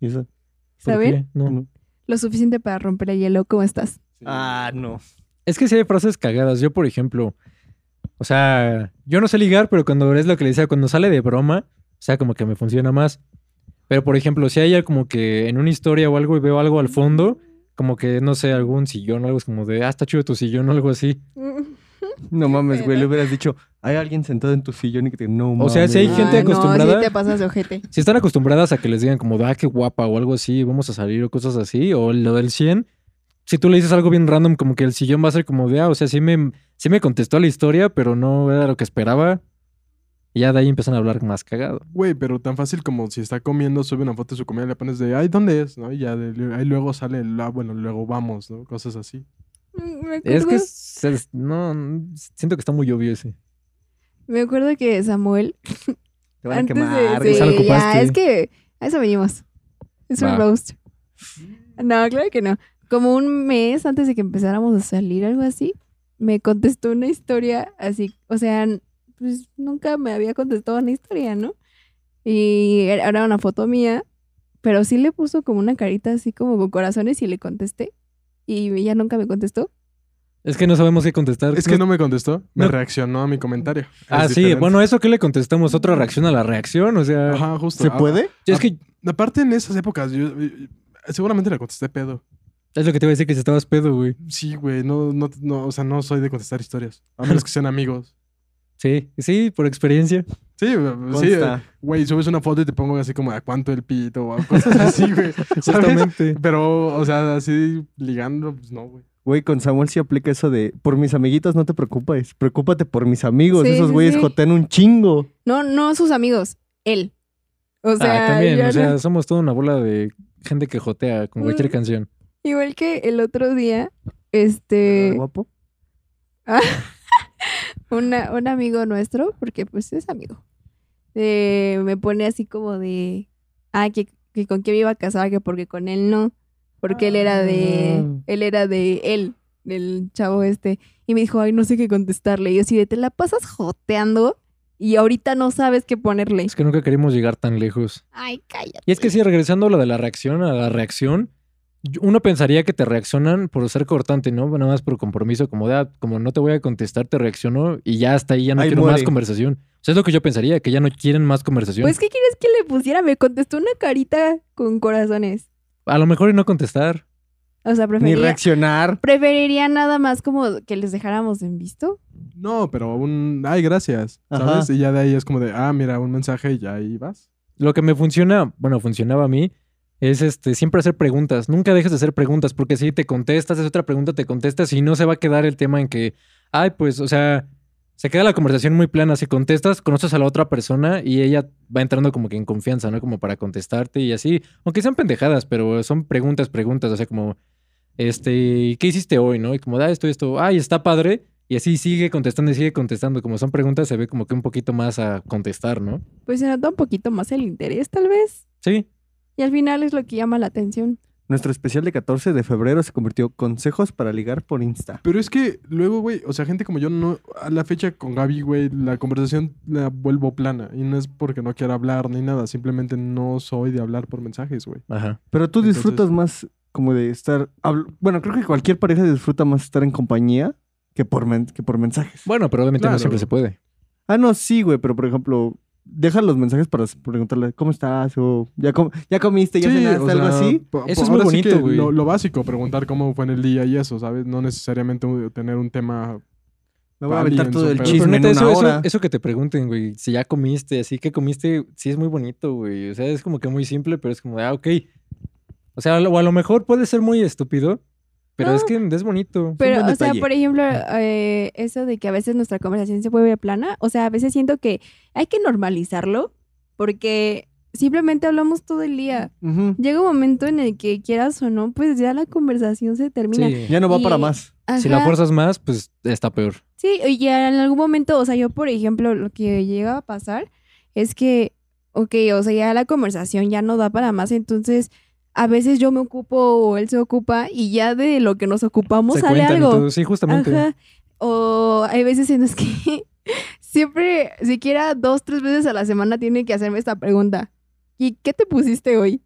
Speaker 2: Y eso-
Speaker 1: ¿Por
Speaker 3: ¿Saben?
Speaker 1: qué? No.
Speaker 3: Lo suficiente para romper el hielo. ¿Cómo estás?
Speaker 4: Sí.
Speaker 2: Ah, no.
Speaker 1: Es que si hay frases cagadas. Yo, por ejemplo, o sea, yo no sé ligar, pero cuando es lo que le decía, cuando sale de broma, o sea, como que me funciona más. Pero, por ejemplo, si hay como que en una historia o algo y veo algo al fondo, como que, no sé, algún sillón, algo es como de, ah, está chido tu sillón o algo así.
Speaker 2: No mames, güey.
Speaker 3: pedo.
Speaker 2: Le hubieras dicho, hay alguien sentado en tu sillón y que te no
Speaker 1: O
Speaker 2: mames.
Speaker 1: sea, si hay gente
Speaker 3: Ah,
Speaker 1: acostumbrada-
Speaker 3: No, sí te pasas de ojete.
Speaker 1: Si están acostumbradas a que les digan como, de, ah, qué guapa o algo así, vamos a salir o cosas así, o lo del 100, si tú le dices algo bien random, como que el sillón va a ser como de, ah, o sea, sí me, sí me contestó la historia, pero no era lo que esperaba. Y ya de ahí empiezan a hablar más cagado.
Speaker 4: Güey, pero tan fácil como si está comiendo, sube una foto de su comida, le pones de, ay, ¿dónde es? ¿No? Y ya, de- ahí luego sale, el, ah, bueno, luego vamos, ¿no? Cosas así.
Speaker 3: Mm, Me
Speaker 1: Es que
Speaker 3: acuerdo-
Speaker 1: es- es- no, mm, siento que está muy obvio ese.
Speaker 3: Me acuerdo que Samuel
Speaker 2: Te van a
Speaker 3: Antes
Speaker 2: quemar.
Speaker 3: de,
Speaker 1: ya
Speaker 3: sí,
Speaker 1: lo ocupaste.
Speaker 3: ya, es que a eso venimos. Es
Speaker 1: Va.
Speaker 3: un roast. No, claro que no. Como un mes antes de que empezáramos a salir, algo así, me contestó una historia así. O sea, n- pues nunca me había contestado una historia, ¿no? Y era era una foto mía, pero sí le puso como una carita así como con corazones y le contesté. Y ya nunca me contestó.
Speaker 1: Es que no sabemos qué contestar.
Speaker 4: Es que no me contestó, me
Speaker 1: no.
Speaker 4: reaccionó a mi comentario.
Speaker 1: Ah,
Speaker 4: Es
Speaker 1: sí.
Speaker 4: diferente.
Speaker 1: Bueno, eso que le contestamos, otra reacción a la reacción. O sea,
Speaker 4: Ajá, justo.
Speaker 2: ¿Se
Speaker 4: Ah,
Speaker 2: puede?
Speaker 1: es que
Speaker 4: Aparte, en esas épocas, yo, eh, seguramente le contesté pedo.
Speaker 1: es lo que te iba a decir que si estabas pedo, güey.
Speaker 4: Sí, güey, no, no, no, o sea, no soy de contestar historias. A menos que sean amigos.
Speaker 1: Sí, sí, por experiencia.
Speaker 4: Sí,
Speaker 1: pues
Speaker 4: sí, eh,
Speaker 2: Consta.
Speaker 4: güey, subes una foto y te pongo así como a cuánto el pito o cosas así, güey. ¿Sabes?
Speaker 1: Justamente.
Speaker 4: Pero, o sea, así ligando, pues no, güey.
Speaker 2: Güey, con Samuel sí aplica eso de por mis amiguitos no te preocupes, preocúpate por mis amigos.
Speaker 3: Sí,
Speaker 2: Esos
Speaker 3: sí,
Speaker 2: güeyes
Speaker 3: sí.
Speaker 2: jotean un chingo.
Speaker 3: No, no sus amigos, él. O sea,
Speaker 1: ah, también,
Speaker 3: yo
Speaker 1: o
Speaker 3: no-
Speaker 1: sea, somos toda una bola de gente que jotea con cualquier
Speaker 3: Mm.
Speaker 1: canción.
Speaker 3: igual que el otro día, este,
Speaker 2: Guapo.
Speaker 3: una- un amigo nuestro, porque pues es amigo, eh, me pone así como de, ah, que, que con quién me iba a casar, que porque con él no, porque él era de,
Speaker 2: Ah.
Speaker 3: él era de él, del chavo este, y me dijo, ay, no sé qué contestarle, y yo así de, te la pasas joteando y ahorita no sabes qué ponerle.
Speaker 1: Es que nunca queremos llegar tan lejos.
Speaker 3: Ay, cállate.
Speaker 1: Y es que sí, regresando a lo de la reacción, a la reacción, yo- uno pensaría que te reaccionan por ser cortante, ¿no? Nada más por compromiso, como de, ah, como no te voy a contestar, te reacciono y ya hasta ahí ya no
Speaker 2: Ahí
Speaker 1: quiero más
Speaker 2: muere.
Speaker 1: conversación. O sea, es lo que yo pensaría, que ya no quieren más conversación.
Speaker 3: Pues, ¿qué quieres que le pusiera? Me contestó una carita con corazones.
Speaker 1: a lo mejor y no contestar.
Speaker 3: O sea,
Speaker 2: Ni
Speaker 3: preferiría,
Speaker 2: reaccionar.
Speaker 3: preferiría nada más como que les dejáramos en visto.
Speaker 4: No, pero un, ay, gracias, ¿sabes?
Speaker 2: Ajá.
Speaker 4: Y ya de ahí es como de, ah, mira, un mensaje y ya ahí vas.
Speaker 1: Lo que me funciona, bueno, funcionaba a mí, es este siempre hacer preguntas. Nunca dejes de hacer preguntas, porque si te contestas, es otra pregunta, te contestas y no se va a quedar el tema en que, ay, pues, o sea, se queda la conversación muy plana. Si contestas, conoces a la otra persona y ella va entrando como que en confianza, ¿no? Como para contestarte y así. Aunque sean pendejadas, pero son preguntas, preguntas, o sea, como, este, ¿qué hiciste hoy, no? Y como, da esto, esto, ay, está padre. Y así sigue contestando y sigue contestando. Como son preguntas, se ve como que un poquito más a contestar, ¿no?
Speaker 3: Pues se nota un poquito más el interés, tal vez.
Speaker 1: Sí,
Speaker 3: Y al final es lo que llama la atención.
Speaker 2: Nuestro especial de 14 de febrero se convirtió consejos para ligar por Insta.
Speaker 4: Pero es que luego, güey, o sea, gente como yo no, a la fecha con Gaby, güey, la conversación la vuelvo plana. Y no es porque no quiera hablar ni nada, simplemente no soy de hablar por mensajes, güey.
Speaker 1: ajá.
Speaker 2: Pero tú
Speaker 4: Entonces-
Speaker 2: disfrutas más como de estar... habl- Bueno, creo que cualquier pareja disfruta más estar en compañía que por, men- que por mensajes.
Speaker 1: Bueno, pero obviamente no
Speaker 4: Claro.
Speaker 1: siempre se puede.
Speaker 2: Ah, no, sí, güey, pero por ejemplo, deja los mensajes para s- preguntarle cómo estás o ya, com- ya comiste, ya cenaste,
Speaker 4: o
Speaker 2: algo
Speaker 4: sea,
Speaker 2: así.
Speaker 4: po-
Speaker 1: Eso
Speaker 4: po-
Speaker 1: es muy
Speaker 4: ahora sí que
Speaker 1: bonito, güey.
Speaker 4: Lo, lo básico, preguntar cómo fue en el día y eso, ¿sabes? No necesariamente un- tener un tema.
Speaker 2: Me voy a
Speaker 4: Bali
Speaker 2: aventar
Speaker 4: en
Speaker 2: todo
Speaker 4: su
Speaker 2: el
Speaker 4: pedo.
Speaker 1: Pero
Speaker 2: chisme en
Speaker 1: neta,
Speaker 2: una
Speaker 1: eso, eso-
Speaker 2: hora.
Speaker 1: eso que te pregunten, güey, si ya comiste, así que comiste, sí es muy bonito, güey. O sea, es como que muy simple, pero es como, de, ah, ok. O sea, o a lo mejor puede ser muy estúpido, pero es
Speaker 3: No.
Speaker 1: que es bonito.
Speaker 3: Pero,
Speaker 2: buen
Speaker 3: o sea,
Speaker 2: detalle.
Speaker 3: por ejemplo, eh, eso de que a veces nuestra conversación se vuelve plana, o sea, a veces siento que hay que normalizarlo porque simplemente hablamos todo el día.
Speaker 2: Ujú.
Speaker 3: Llega un momento en el que quieras o no, pues ya la conversación se termina.
Speaker 1: Sí.
Speaker 2: Ya no va
Speaker 3: Y-
Speaker 2: para más.
Speaker 1: Si la
Speaker 3: Ajá.
Speaker 1: fuerzas más, pues está peor.
Speaker 3: Sí, y ya en algún momento, o sea, yo por ejemplo, lo que llega a pasar es que, ok, o sea, ya la conversación ya no da para más, entonces a veces yo me ocupo o él se ocupa y ya de lo que nos ocupamos
Speaker 1: Se
Speaker 3: sale
Speaker 1: cuentan y
Speaker 3: algo.
Speaker 1: todo. Sí, justamente.
Speaker 3: Ajá. O hay veces en las que siempre, siquiera dos, tres veces a la semana tiene que hacerme esta pregunta. ¿Y qué te pusiste hoy?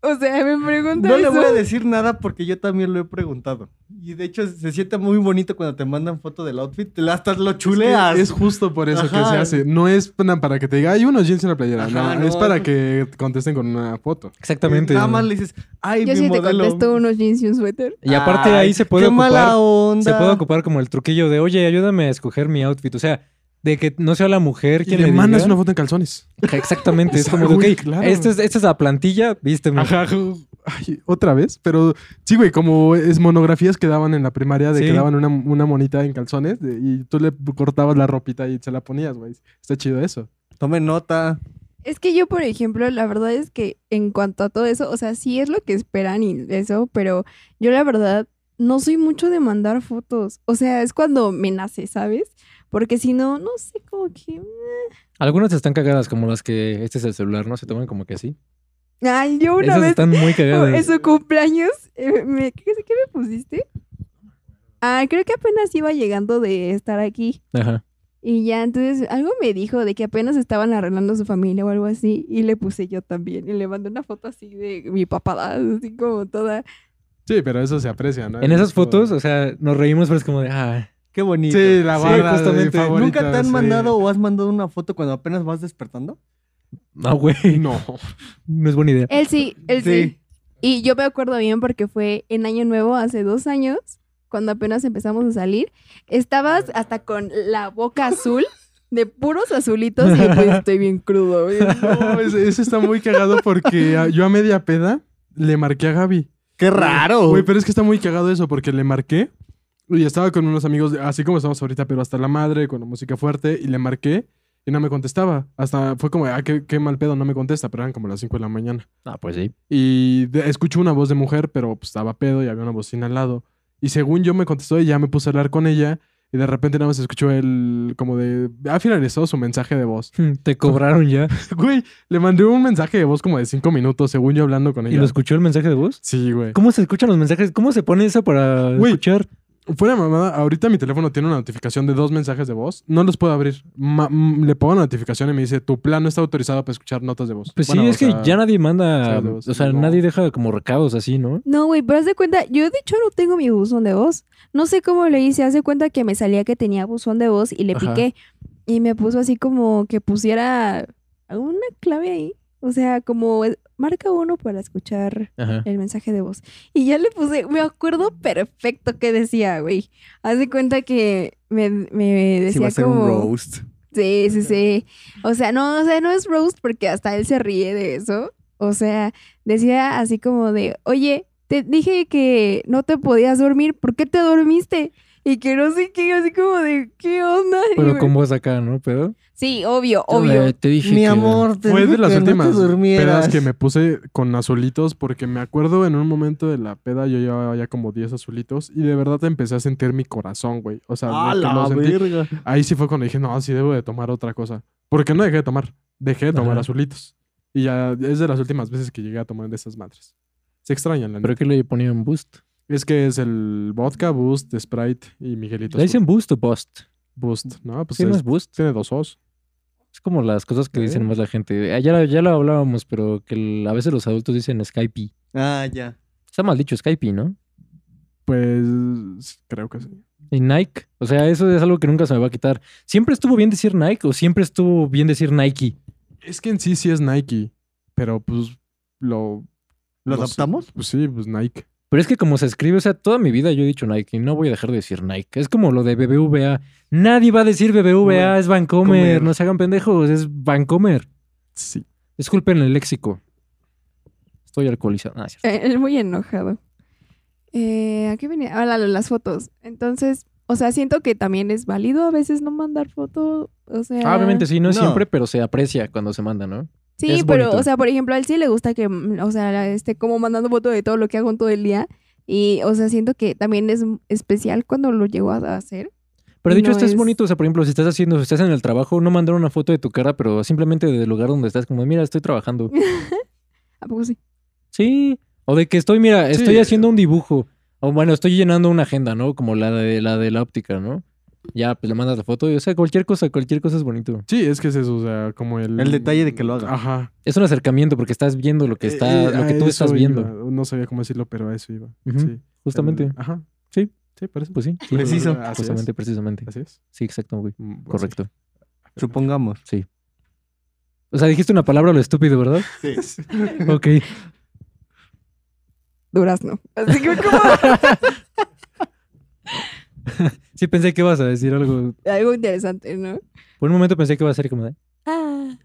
Speaker 3: O sea, me pregunta
Speaker 2: No le
Speaker 3: eso.
Speaker 2: voy a decir nada porque yo también lo he preguntado. Y de hecho se siente muy bonito cuando te mandan foto del outfit, te la- hasta lo
Speaker 4: Es,
Speaker 2: chuleas.
Speaker 4: que es justo por eso que se
Speaker 2: Ajá.
Speaker 4: hace. No es pa- para que te diga, hay unos jeans en la playera.
Speaker 2: Ajá,
Speaker 4: no,
Speaker 2: no,
Speaker 4: es para
Speaker 2: es-
Speaker 4: que contesten con una foto.
Speaker 1: Exactamente.
Speaker 2: Nada más le dices, ay,
Speaker 3: Yo
Speaker 2: mi
Speaker 3: sí te
Speaker 2: modelo.
Speaker 3: contesto unos jeans y un suéter.
Speaker 1: Y aparte
Speaker 2: Ay,
Speaker 1: ahí se puede
Speaker 2: qué
Speaker 1: ocupar.
Speaker 2: mala onda.
Speaker 1: Se puede ocupar como el truquillo de, oye, ayúdame a escoger mi outfit. O sea, de que no sea la mujer
Speaker 4: Y
Speaker 1: quien
Speaker 4: le
Speaker 1: le
Speaker 4: mandas
Speaker 1: diga.
Speaker 4: una foto en calzones.
Speaker 1: Exactamente. es
Speaker 4: Está
Speaker 1: como, de,
Speaker 4: muy
Speaker 1: ok,
Speaker 4: claro.
Speaker 1: esta, es, esta es la plantilla, vísteme.
Speaker 4: Ajá, ju- ay, otra vez, pero sí, güey, como es monografías que daban en la primaria de
Speaker 1: Sí.
Speaker 4: que daban una, una monita en calzones de- y tú le cortabas la ropita y se la ponías, güey. Está chido eso.
Speaker 2: Tome nota.
Speaker 3: Es que yo, por ejemplo, la verdad es que en cuanto a todo eso, o sea, sí es lo que esperan y eso, pero yo la verdad no soy mucho de mandar fotos. O sea, es cuando me nace, ¿sabes? Porque si no, no sé, como que... mm,
Speaker 1: Algunas están cagadas, como las que este es el celular, ¿no? Se toman como que así.
Speaker 3: Ay, yo una
Speaker 1: Esas
Speaker 3: vez
Speaker 1: están muy cagadas.
Speaker 3: en su cumpleaños, eh, me- ¿qué, qué me pusiste? Ah, creo que apenas iba llegando de estar aquí.
Speaker 1: Ajá.
Speaker 3: Y ya, entonces algo me dijo de que apenas estaban arreglando su familia o algo así, y le puse yo también, y le mandé una foto así de mi papada, así como toda
Speaker 4: Sí, pero eso se aprecia, ¿no?
Speaker 1: En esas
Speaker 4: Como-
Speaker 1: fotos, o sea, nos reímos, pero es como de, ah,
Speaker 2: Qué bonito.
Speaker 4: Sí, la
Speaker 1: Sí,
Speaker 4: barra
Speaker 1: justamente.
Speaker 4: justamente.
Speaker 2: ¿Nunca te han mandado o has mandado una foto cuando apenas vas despertando?
Speaker 1: no, güey,
Speaker 4: No.
Speaker 1: no es buena idea.
Speaker 3: Él sí, él sí.
Speaker 2: Sí.
Speaker 3: Y yo me acuerdo bien porque fue en Año Nuevo hace dos años, cuando apenas empezamos a salir. Estabas hasta con la boca azul, de puros azulitos, y pues estoy bien crudo. güey.
Speaker 4: No, es- eso está muy cagado porque a- yo a media peda le marqué a Gaby.
Speaker 2: ¡Qué raro!
Speaker 4: Güey, pero es que está muy cagado eso porque le marqué y estaba con unos amigos, de- así como estamos ahorita, pero hasta la madre, con la música fuerte, y le marqué y no me contestaba. Hasta fue como, ah, qué, qué mal pedo, no me contesta, pero eran como las 5 de la mañana.
Speaker 1: Ah, pues sí.
Speaker 4: Y de- escucho una voz de mujer, pero pues, estaba pedo y había una bocina al lado. Y según yo me contestó y ya me puse a hablar con ella. Y de repente nada más escuchó el como de... Ha finalizado su mensaje de voz.
Speaker 1: Hmm, Te cobraron ya.
Speaker 4: Güey, le mandé un mensaje de voz como de cinco minutos, según yo hablando con
Speaker 1: ¿Y
Speaker 4: ella.
Speaker 1: lo escuchó el mensaje de voz?
Speaker 4: Sí, güey.
Speaker 1: ¿Cómo se escuchan los mensajes? ¿Cómo se pone eso para
Speaker 4: Güey.
Speaker 1: escuchar?
Speaker 4: Fuera de mamada, ahorita mi teléfono tiene una notificación de dos mensajes de voz. No los puedo abrir. Ma- mm, le pongo una notificación y me dice, tu plan no está autorizado para escuchar notas de voz.
Speaker 1: Pues
Speaker 4: Bueno,
Speaker 1: sí,
Speaker 4: o
Speaker 1: es
Speaker 4: sea,
Speaker 1: que ya nadie manda,
Speaker 4: mensajes de voz,
Speaker 1: o sea,
Speaker 4: no.
Speaker 1: nadie deja como recados así, ¿no?
Speaker 3: No, güey, pero haz de cuenta, yo de hecho no tengo mi buzón de voz. No sé cómo le hice, haz de cuenta que me salía que tenía buzón de voz y le
Speaker 1: Ajá.
Speaker 3: piqué. Y me puso así como que pusiera una clave ahí. O sea, como eh, marca uno para escuchar
Speaker 1: Ajá.
Speaker 3: el mensaje de voz. Y ya le puse, me acuerdo perfecto que decía, güey. Haz de cuenta que me, me
Speaker 2: Sí, va
Speaker 3: decía
Speaker 2: a ser
Speaker 3: como...
Speaker 2: un roast.
Speaker 3: Sí, sí, sí. O sea, no, o sea, no es roast porque hasta él se ríe de eso. O sea, decía así como de, oye, te dije que no te podías dormir, ¿por qué te dormiste? Y que no sé qué, así como de, ¿qué onda? Y
Speaker 1: Pero
Speaker 3: me-
Speaker 1: con voz acá, ¿no? Pero...
Speaker 3: Sí, obvio, obvio.
Speaker 1: Eh, Te dije
Speaker 2: Mi
Speaker 1: que-
Speaker 2: amor, te
Speaker 4: Fue
Speaker 2: dije
Speaker 4: de las
Speaker 2: que
Speaker 4: últimas
Speaker 2: no te durmieras.
Speaker 4: pedas que me puse con azulitos porque me acuerdo en un momento de la peda yo llevaba ya como 10 azulitos y de verdad empecé a sentir mi corazón, güey. O sea,
Speaker 2: ¡Ah, la
Speaker 4: neta, lo sentí.
Speaker 2: verga!
Speaker 4: Ahí sí fue cuando dije, no, sí debo de tomar otra cosa. Porque no dejé de tomar. Dejé de tomar
Speaker 1: Ajá.
Speaker 4: azulitos. Y ya es de las últimas veces que llegué a tomar de esas madres. Se extrañan, la
Speaker 1: Pero que le ponían boost.
Speaker 4: neta. Es que es el vodka, Boost, Sprite y Miguelito.
Speaker 1: ¿Le
Speaker 4: Azul.
Speaker 1: dicen boost o boost?
Speaker 4: Boost, ¿no? Pues
Speaker 1: Sí, no Pues,
Speaker 4: es-
Speaker 1: es boost.
Speaker 4: tiene dos O's.
Speaker 1: Es como las cosas que
Speaker 4: ¿Eh?
Speaker 1: dicen más la gente. Ah, Ya, lo- ya lo hablábamos, pero que el- a veces los adultos dicen Skype.
Speaker 2: Ah, ya.
Speaker 1: Está mal dicho Skype, ¿no?
Speaker 4: Pues creo que sí.
Speaker 1: Y Nike. O sea, eso es algo que nunca se me va a quitar. ¿Siempre estuvo bien decir Nike o siempre estuvo bien decir Nike?
Speaker 4: Es que en sí sí es Nike, pero pues lo...
Speaker 2: ¿Lo
Speaker 4: sé.
Speaker 2: adaptamos?
Speaker 4: Pues sí, pues Nike.
Speaker 1: Pero es que como se escribe, o sea, toda mi vida yo he dicho Nike y no voy a dejar de decir Nike. Es como lo de BBVA. Nadie va a decir BBVA, es Bancomer.
Speaker 2: Comer.
Speaker 1: No se hagan pendejos, es Bancomer.
Speaker 4: Sí.
Speaker 1: Disculpen el léxico. Estoy alcoholizado. Ah, es cierto.
Speaker 3: Eh, Él muy enojado. Eh, ¿A qué venía? Ah, la- las fotos. Entonces, o sea, siento que también es válido a veces no mandar foto. O sea,
Speaker 1: Ah, obviamente sí, no, es
Speaker 4: Eh,
Speaker 2: No.
Speaker 1: siempre, pero se aprecia cuando se manda, ¿no?
Speaker 3: Sí,
Speaker 1: es
Speaker 3: pero,
Speaker 1: bonito.
Speaker 3: o sea, por ejemplo, a él sí le gusta que, mm, o sea, la- esté como mandando foto de todo lo que hago en todo el día. Y, o sea, siento que también es especial cuando lo llegó a hacer.
Speaker 1: Pero de hecho,
Speaker 3: No
Speaker 1: esto es...
Speaker 3: es-
Speaker 1: bonito. O sea, por ejemplo, si estás haciendo, si estás en el trabajo, no mandar una foto de tu cara, pero simplemente del lugar donde estás, como, mira, estoy trabajando.
Speaker 3: ¿A poco sí?
Speaker 1: sí. O de que estoy, mira, estoy
Speaker 4: Sí.
Speaker 1: haciendo un dibujo. O bueno, estoy llenando una agenda, ¿no? Como la de la de la óptica, ¿no? Ya, pues le mandas la foto. Y, o sea, cualquier cosa, cualquier cosa es bonito.
Speaker 4: Sí, es que es eso, o sea, como el...
Speaker 2: El detalle de que lo haga.
Speaker 4: Ajá.
Speaker 1: Es un acercamiento porque estás viendo lo que está,
Speaker 4: Eh,
Speaker 1: lo que
Speaker 4: a
Speaker 1: tú estás
Speaker 4: eso
Speaker 1: viendo.
Speaker 4: iba. No sabía cómo decirlo, pero a eso iba.
Speaker 1: Ujú,
Speaker 4: Sí.
Speaker 1: Justamente.
Speaker 4: El- ajá.
Speaker 1: Sí.
Speaker 4: Sí, parece.
Speaker 1: Pues sí. sí,
Speaker 2: Preciso.
Speaker 4: Así es.
Speaker 1: Justamente, precisamente.
Speaker 4: Así es.
Speaker 1: Sí, exacto, güey.
Speaker 4: Mm, pues sí.
Speaker 1: Correcto.
Speaker 2: Supongamos.
Speaker 1: O sea, dijiste una palabra a lo estúpido, ¿verdad?
Speaker 2: Sí.
Speaker 1: Ok.
Speaker 3: Durazno. Así que como
Speaker 1: Sí pensé que ibas a decir algo.
Speaker 3: algo interesante, ¿no?
Speaker 1: Por un momento pensé que iba a ser como de...
Speaker 3: Ah.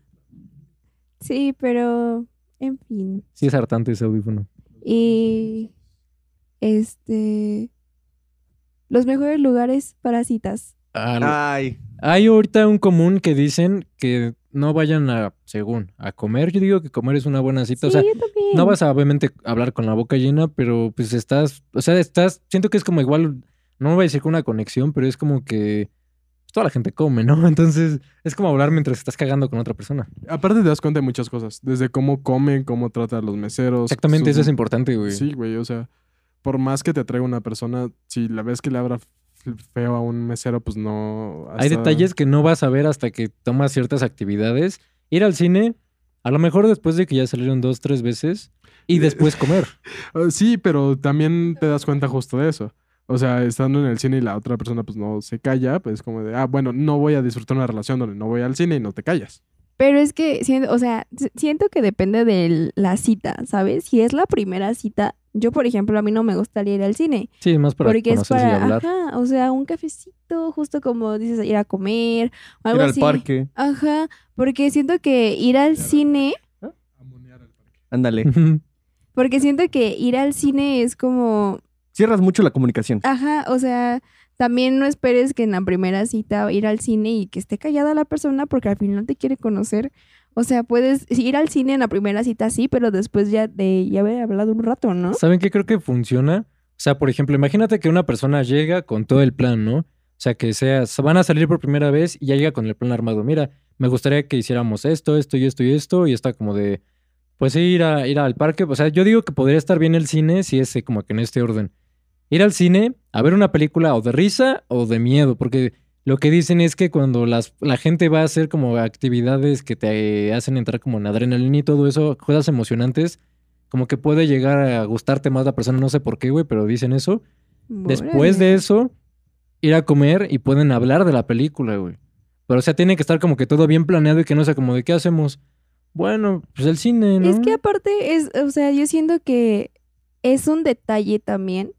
Speaker 3: Sí, pero, en fin.
Speaker 1: Sí es hartante ese audífono.
Speaker 3: Y este los mejores lugares para citas.
Speaker 2: Ay.
Speaker 1: Hay ahorita un común que dicen que no vayan a, según, a comer. Yo digo que comer es una buena cita. o sea,
Speaker 3: sí, yo también.
Speaker 1: no vas a obviamente hablar con la boca llena, pero pues estás, o sea, estás, siento que es como igual, no voy a decir que una conexión, pero es como que pues, toda la gente come, ¿no? Entonces es como hablar mientras estás cagando con otra persona.
Speaker 4: Aparte te das cuenta de muchas cosas. Desde cómo comen, cómo tratan a los meseros.
Speaker 1: Exactamente,
Speaker 4: sus-
Speaker 1: eso es importante, güey.
Speaker 4: Sí, güey, o sea, por más que te atraiga una persona, si la ves que le abra f- feo a un mesero, pues no...
Speaker 1: Hay
Speaker 4: hasta-
Speaker 1: detalles que no vas a ver hasta que tomas ciertas actividades. Ir al cine, a lo mejor después de que ya salieron dos, tres veces, y después comer.
Speaker 4: Ah, sí, pero también te das cuenta justo de eso. O sea, estando en el cine y la otra persona pues no se calla, pues como de, ah, bueno, no voy a disfrutar una relación donde no voy al cine y no te callas.
Speaker 3: Pero es que, siento, o sea, s- siento que depende de la cita, ¿sabes? Si es la primera cita, yo, por ejemplo, a mí no me gustaría ir al cine.
Speaker 1: Sí, más para
Speaker 3: porque es
Speaker 1: conocerse y
Speaker 3: para,
Speaker 1: hablar.
Speaker 3: ajá, o sea, un cafecito, justo como dices, ir a comer o algo
Speaker 2: Ir al
Speaker 3: así.
Speaker 2: parque.
Speaker 3: Ajá, porque siento que ir al
Speaker 4: Claro.
Speaker 3: cine,
Speaker 4: Mm.
Speaker 2: Ándale.
Speaker 1: Ujú.
Speaker 3: porque siento que ir al cine es como,
Speaker 2: Cierras mucho la comunicación.
Speaker 3: ajá, o sea, también no esperes que en la primera cita ir al cine y que esté callada la persona porque al final te quiere conocer. O sea, puedes ir al cine en la primera cita, sí, pero después ya de ya haber hablado un rato, ¿no?
Speaker 1: ¿Saben qué creo que funciona? O sea, por ejemplo, imagínate que una persona llega con todo el plan, ¿no? O sea, que sea, se van a salir por primera vez y ya llega con el plan armado. Mira, me gustaría que hiciéramos esto, esto y esto y esto. Y está como de, pues sí, ir, a, ir al parque. O sea, yo digo que podría estar bien el cine si es eh, como que en este orden. Ir al cine a ver una película o de risa o de miedo. Porque lo que dicen es que cuando las, la gente va a hacer como actividades que te hacen entrar como en adrenalina y todo eso, cosas emocionantes, como que puede llegar a gustarte más la persona, no sé por qué, güey, pero dicen eso. Después de
Speaker 3: Órale.
Speaker 1: eso, ir a comer y pueden hablar de la película, güey. Pero o sea, tiene que estar como que todo bien planeado y que no sea como de qué hacemos. Bueno, pues el cine, ¿no?
Speaker 3: Es que aparte es, o sea, yo siento que es un detalle también,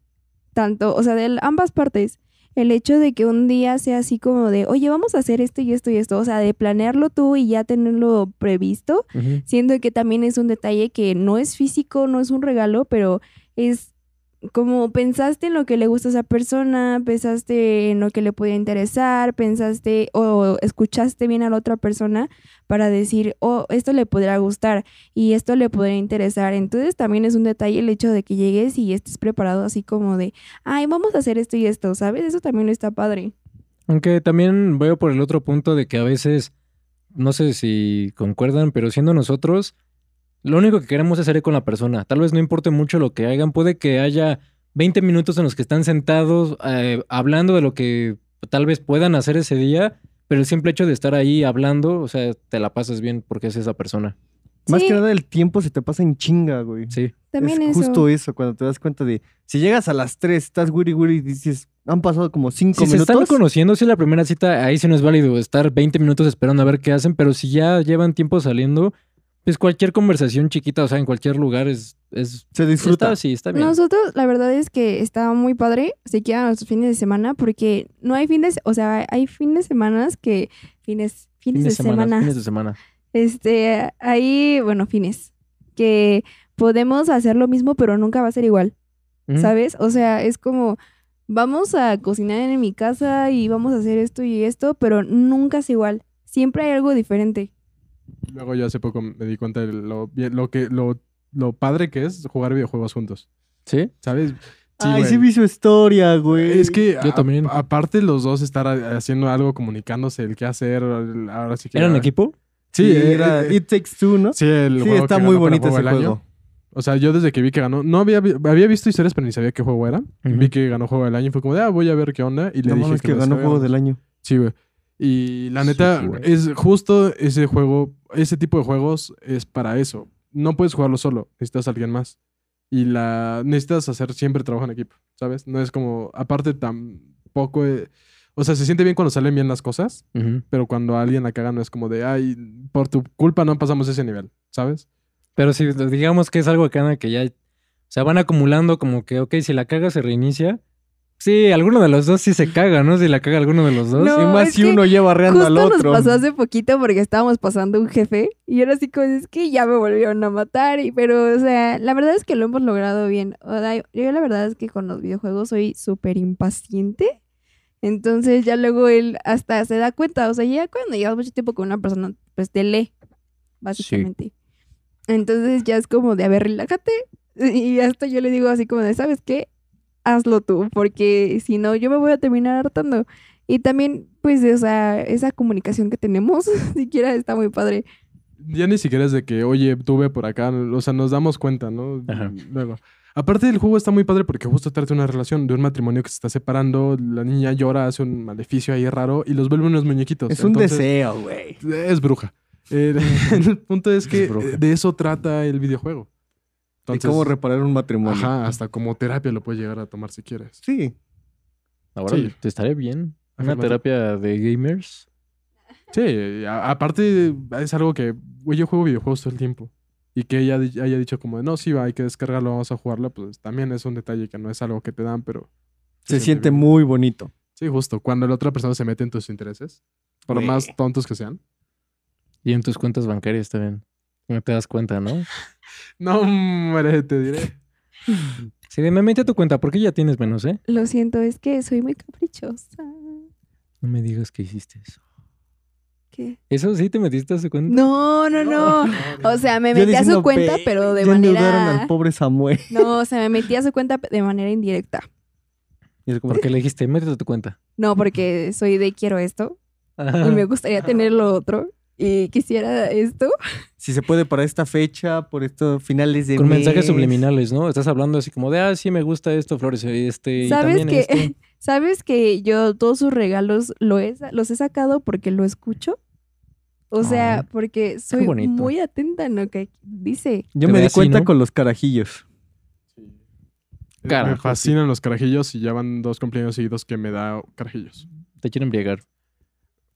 Speaker 3: tanto, o sea, de ambas partes, el hecho de que un día sea así como de, oye, vamos a hacer esto y esto y esto, o sea, de planearlo tú y ya tenerlo previsto,
Speaker 1: Ujú.
Speaker 3: siento que también es un detalle que no es físico, no es un regalo, pero es como pensaste en lo que le gusta a esa persona, pensaste en lo que le podía interesar, pensaste o escuchaste bien a la otra persona para decir, oh, esto le podrá gustar y esto le podrá interesar. Entonces también es un detalle el hecho de que llegues y estés preparado así como de, ay, vamos a hacer esto y esto, ¿sabes? Eso también está padre.
Speaker 1: Aunque también veo por el otro punto de que a veces, no sé si concuerdan, pero siendo nosotros, lo único que queremos es salir con la persona. Tal vez no importe mucho lo que hagan, puede que haya 20 minutos en los que están sentados eh, hablando de lo que tal vez puedan hacer ese día, pero el simple hecho de estar ahí hablando, o sea, te la pasas bien porque es esa persona.
Speaker 2: Más
Speaker 3: Sí.
Speaker 2: que nada el tiempo se te pasa en chinga, güey.
Speaker 1: Sí.
Speaker 3: También
Speaker 2: es
Speaker 3: eso.
Speaker 2: justo eso, cuando te das cuenta de... Si llegas a las 3, estás wiri wiri y dices... Han pasado como 5
Speaker 1: Si se
Speaker 2: minutos.
Speaker 1: están conociendo, si es la primera cita, ahí sí no es válido estar 20 minutos esperando a ver qué hacen, pero si ya llevan tiempo saliendo, pues cualquier conversación chiquita, o sea, en cualquier lugar es... es
Speaker 2: se disfruta.
Speaker 1: Está, sí, está bien.
Speaker 3: Nosotros, la verdad es que está muy padre, se quedan nuestros fines de semana, porque no hay fines, o sea, hay fines de semanas que, fines,
Speaker 1: Fines
Speaker 3: fines, de,
Speaker 1: de semana,
Speaker 3: semana,
Speaker 1: fines de semana.
Speaker 3: este, ahí, bueno, fines, que podemos hacer lo mismo, pero nunca va a ser igual,
Speaker 1: Ujú.
Speaker 3: ¿sabes? O sea, es como, vamos a cocinar en mi casa y vamos a hacer esto y esto, pero nunca es igual, siempre hay algo diferente.
Speaker 4: Luego yo hace poco me di cuenta de lo, bien- lo, que, lo, lo padre que es jugar videojuegos juntos,
Speaker 1: ¿Sí?
Speaker 4: ¿sabes? Sí,
Speaker 2: Ay,
Speaker 4: güey.
Speaker 2: sí vi su historia, güey.
Speaker 4: Es que
Speaker 1: Yo
Speaker 4: a-
Speaker 1: también.
Speaker 4: aparte los dos estar a- haciendo algo, comunicándose, el qué hacer, el- ahora sí que...
Speaker 1: ¿Eran equipo?
Speaker 4: Sí,
Speaker 2: era
Speaker 4: era...
Speaker 2: It Takes Two, ¿no?
Speaker 4: sí, el
Speaker 2: Sí,
Speaker 4: juego
Speaker 2: está
Speaker 4: que
Speaker 2: muy
Speaker 4: ganó para
Speaker 2: bonito ese
Speaker 4: del año.
Speaker 2: juego.
Speaker 4: O sea, yo desde que vi que ganó, no había, vi- había visto historias, pero ni sabía qué juego era.
Speaker 1: Ujú.
Speaker 4: Vi que ganó juego del año y fue como de, ah, voy a ver qué onda. Y le
Speaker 2: No
Speaker 4: dije
Speaker 2: mames, que
Speaker 4: lo
Speaker 2: ganó
Speaker 4: descargáramos.
Speaker 2: Juego del Año.
Speaker 4: Sí, güey. Y la
Speaker 1: Sí,
Speaker 4: neta,
Speaker 1: sí, güey.
Speaker 4: es justo ese juego, ese tipo de juegos es para eso. No puedes jugarlo solo, necesitas a alguien más. Y la necesitas hacer siempre trabajo en equipo, ¿sabes? No es como, aparte tampoco, eh, o sea, se siente bien cuando salen bien las cosas,
Speaker 1: Ujú.
Speaker 4: pero cuando alguien la caga no es como de, ay, por tu culpa no pasamos ese nivel, ¿sabes?
Speaker 1: Pero si digamos que es algo que, anda que ya... O sea, van acumulando como que, ok, si la caga se reinicia. Sí, alguno de los dos sí se caga, ¿no? Si la caga alguno de los dos.
Speaker 3: No,
Speaker 2: y más
Speaker 3: es
Speaker 2: si
Speaker 3: que
Speaker 2: uno lleva arreando
Speaker 3: Justo
Speaker 2: al otro.
Speaker 3: nos pasó hace poquito porque estábamos pasando un jefe y era así como, es que ya me volvieron a matar, y, pero o sea, la verdad es que lo hemos logrado bien. O sea, yo la verdad es que con los videojuegos soy súper impaciente, entonces ya luego él hasta se da cuenta, o sea, ya cuando llevas mucho tiempo con una persona, pues te lee, básicamente. Entonces ya es como de, a ver, relájate, y hasta yo le digo así como de, ¿sabes qué? Hazlo tú, porque si no, yo me voy a terminar hartando. Y también, pues, o sea, esa comunicación que tenemos, siquiera está muy padre.
Speaker 4: Ya ni siquiera es de que, oye, tuve por acá, o sea, nos damos cuenta, ¿no?
Speaker 1: Ajá.
Speaker 4: Luego. Aparte del juego está muy padre porque justo trata de una relación, de un matrimonio que se está separando, la niña llora, hace un maleficio ahí raro y los vuelve unos muñequitos.
Speaker 2: Es un
Speaker 4: Entonces,
Speaker 2: deseo, güey.
Speaker 4: Es bruja. El, el punto es que
Speaker 1: Es bruja.
Speaker 4: de eso trata el videojuego.
Speaker 2: de
Speaker 4: Entonces,
Speaker 2: cómo reparar un matrimonio.
Speaker 4: Ajá, hasta como terapia lo puedes llegar a tomar si quieres.
Speaker 2: Sí.
Speaker 1: Ahora
Speaker 4: Sí.
Speaker 1: Ah, te estaré bien. Una
Speaker 4: Afirmativo.
Speaker 1: terapia de gamers.
Speaker 4: Sí, a- aparte es algo que, güey, yo juego videojuegos todo el tiempo. Y que ella di- haya dicho como, de, no, sí, va, hay que descargarlo, vamos a jugarla, pues también es un detalle que no es algo que te dan, pero...
Speaker 2: Se siente
Speaker 4: bien.
Speaker 2: muy bonito.
Speaker 4: Sí, justo, cuando la otra persona se mete en tus intereses, por
Speaker 2: Güey.
Speaker 4: más tontos que sean.
Speaker 1: Y en tus cuentas bancarias también. No te das cuenta, ¿no?
Speaker 4: No, hombre, te diré.
Speaker 1: Sí, de, me mete a tu cuenta porque ya tienes menos, ¿eh?
Speaker 3: Lo siento, es que soy muy caprichosa.
Speaker 1: No me digas que hiciste eso.
Speaker 3: ¿Qué?
Speaker 1: ¿Eso sí te metiste a su cuenta?
Speaker 3: No, no, no. O sea, me
Speaker 2: Yo
Speaker 3: metí a su
Speaker 2: diciendo,
Speaker 3: cuenta,
Speaker 2: "Ve,
Speaker 3: pero de
Speaker 2: ya endeudaron
Speaker 3: manera.
Speaker 2: al pobre Samuel.
Speaker 3: No, o sea, me metí a su cuenta de manera indirecta.
Speaker 2: Y es como,
Speaker 1: Porque le dijiste, métete a tu cuenta.
Speaker 3: No, porque soy de quiero esto
Speaker 1: Ajá.
Speaker 3: y me gustaría tener lo otro y quisiera esto.
Speaker 2: si se puede para esta fecha, por estos finales de
Speaker 1: Con
Speaker 2: mes.
Speaker 1: mensajes subliminales, ¿no? Estás hablando así como de, ah, sí, me gusta esto, Flores, y este, y
Speaker 3: ¿Sabes
Speaker 1: también
Speaker 3: que-
Speaker 1: esto.
Speaker 3: ¿Sabes que yo todos sus regalos lo he sa- los he sacado porque lo escucho? O sea,
Speaker 1: Ah,
Speaker 3: porque soy
Speaker 1: bonito.
Speaker 3: muy atenta en lo que dice.
Speaker 2: Yo
Speaker 1: Te
Speaker 2: me
Speaker 1: ve
Speaker 2: di
Speaker 1: así,
Speaker 2: cuenta
Speaker 1: ¿no?
Speaker 2: con los carajillos.
Speaker 4: Me
Speaker 1: Carajo,
Speaker 4: fascinan los carajillos y ya van dos cumpleaños seguidos que me da carajillos.
Speaker 1: Te quiero embriagar.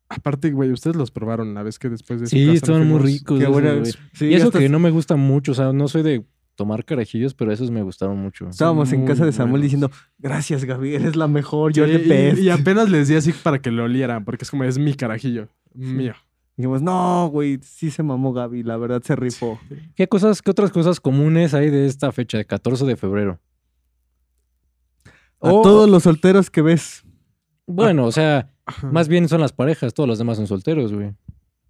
Speaker 4: Aparte, güey, ustedes los probaron la vez que después de su
Speaker 1: Sí,
Speaker 4: casa
Speaker 1: estaban
Speaker 4: nos
Speaker 1: muy
Speaker 4: fuimos-
Speaker 1: ricos.
Speaker 2: Qué
Speaker 1: esos,
Speaker 2: buena-
Speaker 1: güey.
Speaker 2: Sí,
Speaker 1: y eso
Speaker 2: hasta-
Speaker 1: que no me gusta mucho, o sea, no soy de tomar carajillos, pero esos me gustaron mucho.
Speaker 2: Estábamos en
Speaker 4: muy
Speaker 2: casa de Samuel
Speaker 4: buenos.
Speaker 2: diciendo, gracias, Gaby, eres la mejor, yo
Speaker 4: Sí,
Speaker 2: le
Speaker 4: y, y apenas les di así para que lo olieran, porque es como, es mi carajillo, mío.
Speaker 2: Dijimos, no, güey, sí se mamó Gaby, la verdad se rifó.
Speaker 1: ¿Qué cosas, qué otras cosas comunes hay de esta fecha, de 14 de febrero?
Speaker 2: A todos los solteros que ves.
Speaker 1: Bueno, o sea,
Speaker 4: Ah, Ajá.
Speaker 1: más bien son las parejas, todos los demás son solteros, güey.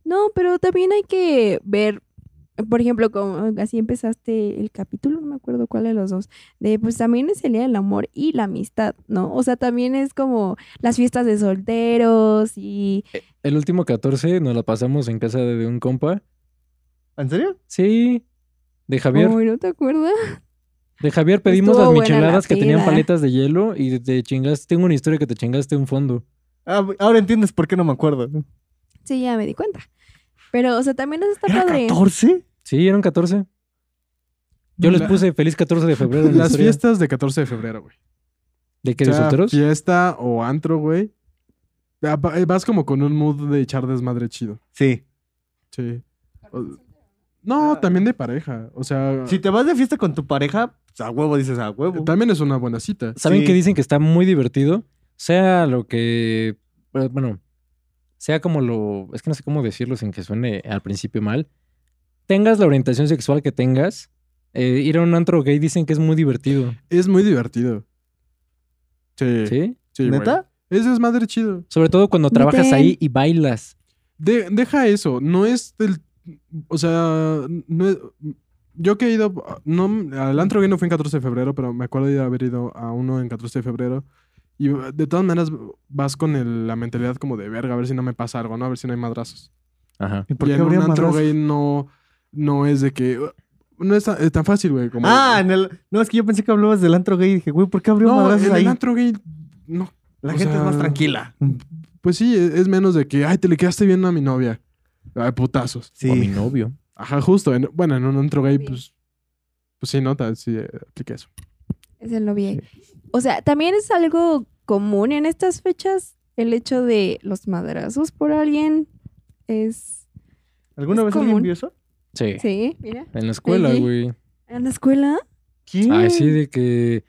Speaker 3: No, pero también hay que ver, por ejemplo, como así empezaste el capítulo, no me acuerdo cuál de los dos, de pues también es el día del amor y la amistad, ¿no? O sea, también es como las fiestas de solteros y
Speaker 1: El último 14 nos la pasamos en casa de, de un compa.
Speaker 2: ¿En serio?
Speaker 1: Sí, de Javier.
Speaker 3: Uy, ¿no te acuerdas?
Speaker 1: De Javier pedimos
Speaker 3: Estuvo
Speaker 1: las
Speaker 3: buena la ¿eh?
Speaker 1: micheladas que tenían
Speaker 3: peda.
Speaker 1: paletas de hielo y te chingaste. Tengo una historia que te chingaste un fondo.
Speaker 2: Ah, ahora entiendes por qué no me acuerdo.
Speaker 3: Sí, ya me di cuenta. Pero, o sea, también eso está
Speaker 2: ¿Era
Speaker 3: padre.
Speaker 2: 14?
Speaker 1: Sí, eran 14. Yo les
Speaker 4: La-
Speaker 1: puse feliz 14 de febrero en la
Speaker 4: Las
Speaker 1: historia.
Speaker 4: fiestas de 14 de febrero, güey.
Speaker 1: ¿De qué?
Speaker 4: O
Speaker 1: ¿De
Speaker 4: sea,
Speaker 1: solteros?
Speaker 4: Fiesta o antro, güey. Ah, va- eh, Vas como con un mood de echar desmadre chido.
Speaker 2: Sí.
Speaker 4: Sí. O- No,
Speaker 2: Ah.
Speaker 4: también de pareja. O sea, eh,
Speaker 2: Si te vas de fiesta con tu pareja, pues, a huevo dices a huevo.
Speaker 4: también es una buena cita.
Speaker 1: ¿Saben
Speaker 2: Sí.
Speaker 1: que dicen que está muy divertido? Sea lo que. pues, Bueno, sea como lo. Es que no sé cómo decirlo sin que suene al principio mal. Tengas la orientación sexual que tengas, eh, ir a un antro gay dicen que es muy divertido.
Speaker 4: Es muy divertido. Sí. Sí,
Speaker 1: ¿Sí?
Speaker 4: güey.
Speaker 2: ¿Neta?
Speaker 4: Es desmadre chido.
Speaker 1: Sobre todo cuando trabajas
Speaker 3: Ven.
Speaker 1: ahí y bailas.
Speaker 4: De- deja eso, no es del... O sea, no es- yo que he ido... No, al antro gay no fue en 14 de febrero, pero me acuerdo de haber ido a uno en 14 de febrero. Y de todas maneras vas con el- la mentalidad como de verga, a ver si no me pasa algo, ¿no? A ver si no hay madrazos.
Speaker 1: Ajá.
Speaker 2: ¿Y por
Speaker 4: y
Speaker 2: qué
Speaker 4: en un
Speaker 2: habría
Speaker 4: antro
Speaker 2: madrazos?
Speaker 4: gay no, no es de que... uh, No es tan, es tan fácil, güey. Como,
Speaker 2: Ah, en el... no, es que yo pensé que hablabas del antro gay y dije, güey, ¿por qué abrió
Speaker 4: no,
Speaker 2: madrazos
Speaker 4: en
Speaker 2: ahí?
Speaker 4: el antro gay... No,
Speaker 2: La
Speaker 4: o
Speaker 2: gente es
Speaker 4: sea,
Speaker 2: más tranquila.
Speaker 4: pues sí, es, es menos de que, ay, te le quedaste viendo a mi novia. Ay, putazos.
Speaker 1: O a mi
Speaker 2: Sí.
Speaker 1: novio.
Speaker 4: Ajá, justo. en- bueno, en un antro gay,
Speaker 3: Sí.
Speaker 4: pues. Pues sí, nota, sí, eh, aplica eso.
Speaker 3: Es el novio. O sea, también es algo común en estas fechas el hecho de los madrazos por alguien. Es.
Speaker 2: ¿Alguna
Speaker 3: Es
Speaker 2: vez alguien
Speaker 3: común.
Speaker 2: vio eso?
Speaker 1: Sí.
Speaker 3: Sí, mira.
Speaker 1: En la escuela,
Speaker 3: Oye.
Speaker 1: güey.
Speaker 3: En la escuela.
Speaker 2: ¿Quién?
Speaker 1: Ay, Ah,
Speaker 3: Mm.
Speaker 1: sí, de que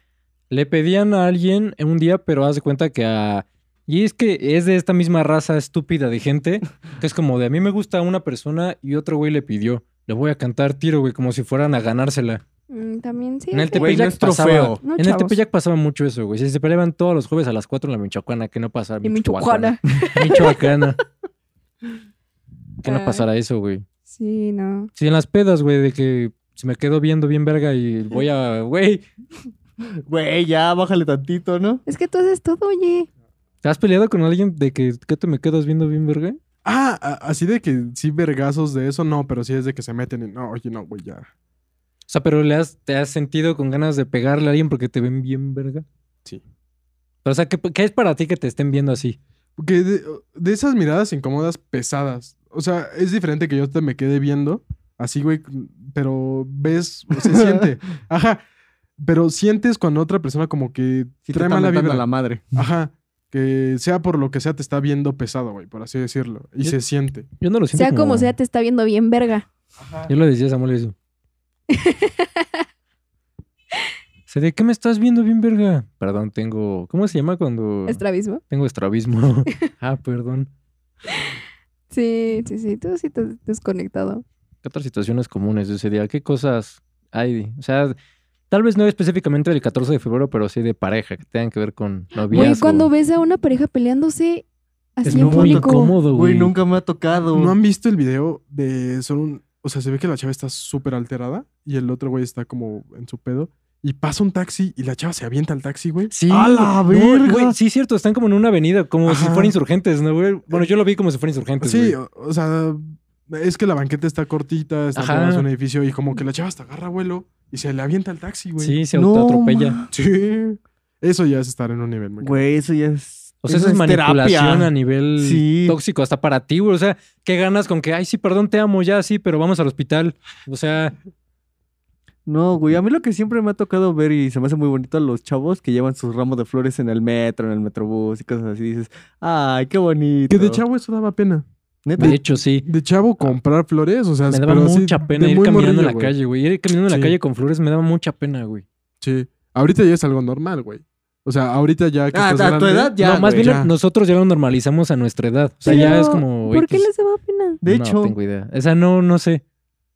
Speaker 1: le pedían a alguien en un día, pero haz de cuenta que a... Y es que es de esta misma raza estúpida de gente, que es como de a mí me gusta una persona y otro güey le pidió. Le voy a cantar tiro, güey, como si fueran a ganársela.
Speaker 3: Mm, También sí.
Speaker 1: En el
Speaker 3: ok.
Speaker 2: Güey, no
Speaker 1: Tepeyac
Speaker 2: es
Speaker 1: pasaba.
Speaker 2: trofeo.
Speaker 3: No,
Speaker 1: En el
Speaker 3: chavos.
Speaker 1: Tepeyac pasaba mucho eso, güey. Si se peleaban todos los jueves a las 4 en la Michoacana, que no pasara.
Speaker 3: En Michoacana.
Speaker 1: ¿eh? Michoacana. que no
Speaker 3: Ay.
Speaker 1: pasara eso, güey.
Speaker 3: Sí, no.
Speaker 1: Sí, en las pedas, güey, de que si me quedo viendo bien verga y voy a, güey,
Speaker 2: Güey, ya, bájale tantito, ¿no?
Speaker 3: Es que tú haces todo, oye.
Speaker 1: ¿te has peleado con alguien de que, que te me quedas viendo bien verga?
Speaker 4: Ah, a- así de que sí, vergazos de eso, no, pero sí es de que se meten y no, oye, no, güey, ya.
Speaker 1: O sea, pero le has, te has sentido con ganas de pegarle a alguien porque te ven bien verga.
Speaker 4: Sí.
Speaker 1: Pero, o sea, ¿qué, qué es para ti que te estén viendo así?
Speaker 4: Porque de, de esas miradas incómodas pesadas. O sea, es diferente que yo te me quede viendo Así, güey, pero ves, se siente. Ajá. Pero sientes cuando otra persona como que
Speaker 2: Si te
Speaker 4: trae
Speaker 2: está
Speaker 4: mala
Speaker 2: mentando
Speaker 4: vibra.
Speaker 2: a la madre.
Speaker 4: Ajá. Que sea por lo que sea, te está viendo pesado, güey, por así decirlo. Y
Speaker 1: Yo-
Speaker 4: se siente.
Speaker 1: Yo no lo siento.
Speaker 3: Sea como sea, te está viendo bien verga.
Speaker 1: Yo lo decía a Samuel eso. Se de qué me estás viendo bien verga? Perdón, tengo ¿cómo se llama cuando
Speaker 3: Estrabismo.
Speaker 1: tengo estrabismo? ah, perdón.
Speaker 3: Sí, sí, sí. Tú sí estás desconectado.
Speaker 1: ¿Qué otras situaciones comunes de ese día? ¿Qué cosas hay? O sea, tal vez no específicamente del 14 de febrero, pero sí de pareja, que tengan que ver con noviazgo.
Speaker 3: Güey, cuando ves a una pareja peleándose así
Speaker 1: es
Speaker 3: en
Speaker 1: muy
Speaker 3: público.
Speaker 1: incómodo, güey.
Speaker 2: Güey, nunca me ha tocado.
Speaker 4: ¿No han visto el video de solo un... O sea, se ve que la chava está súper alterada y el otro güey está como en su pedo. Y pasa un taxi y la chava se avienta al taxi, güey.
Speaker 1: Sí.
Speaker 2: ¡A
Speaker 1: No,
Speaker 2: la verga!
Speaker 1: güey, sí, es cierto, están como en una avenida, como si
Speaker 4: Ajá.
Speaker 1: fueran insurgentes, ¿no, güey? Bueno, yo lo vi como si fueran insurgentes.
Speaker 4: Sí,
Speaker 1: güey.
Speaker 4: o, o sea, es que la banqueta está cortita, está
Speaker 1: Ajá.
Speaker 4: como más un edificio y como que la chava hasta agarra vuelo y se le avienta al taxi, güey.
Speaker 1: Sí, se
Speaker 2: No,
Speaker 1: autoatropella.
Speaker 2: ma-
Speaker 4: Sí. Eso ya es estar en un nivel muy
Speaker 2: Güey, eso ya es.
Speaker 1: O sea, eso es
Speaker 2: terapia.
Speaker 1: manipulación a nivel
Speaker 2: Sí.
Speaker 1: tóxico, hasta para ti, güey. O sea, ¿qué ganas con que, ay, sí, perdón, te amo, ya, sí, pero vamos al hospital? O sea,
Speaker 2: No, güey, a mí lo que siempre me ha tocado ver y se me hace muy bonito a los chavos que llevan sus ramos de flores en el metro, en el metrobús y cosas así. Dices, ay, qué bonito.
Speaker 4: Que de chavo eso daba pena.
Speaker 2: Neta.
Speaker 1: de hecho, sí.
Speaker 4: De chavo comprar flores, o sea,
Speaker 1: Ah. Me daba
Speaker 4: pero así
Speaker 1: mucha
Speaker 4: de
Speaker 1: pena ir
Speaker 4: muy
Speaker 1: caminando en la
Speaker 4: morrillo, güey.
Speaker 1: calle, güey. Ir caminando en
Speaker 4: Sí.
Speaker 1: la calle con flores me daba mucha pena, güey.
Speaker 4: Sí. Ahorita ya es algo normal, güey. O sea, ahorita ya que
Speaker 2: Ah,
Speaker 4: estás
Speaker 2: a tu
Speaker 4: grande-
Speaker 2: edad ya.
Speaker 1: no, más
Speaker 2: güey.
Speaker 1: bien
Speaker 4: ya.
Speaker 1: nosotros ya lo normalizamos a nuestra edad. O sea, ya
Speaker 3: Pero,
Speaker 1: es como. pues
Speaker 3: ¿Por qué
Speaker 1: X.
Speaker 3: les daba pena?
Speaker 2: De
Speaker 1: No
Speaker 2: hecho,
Speaker 1: tengo idea. O sea, no, no sé.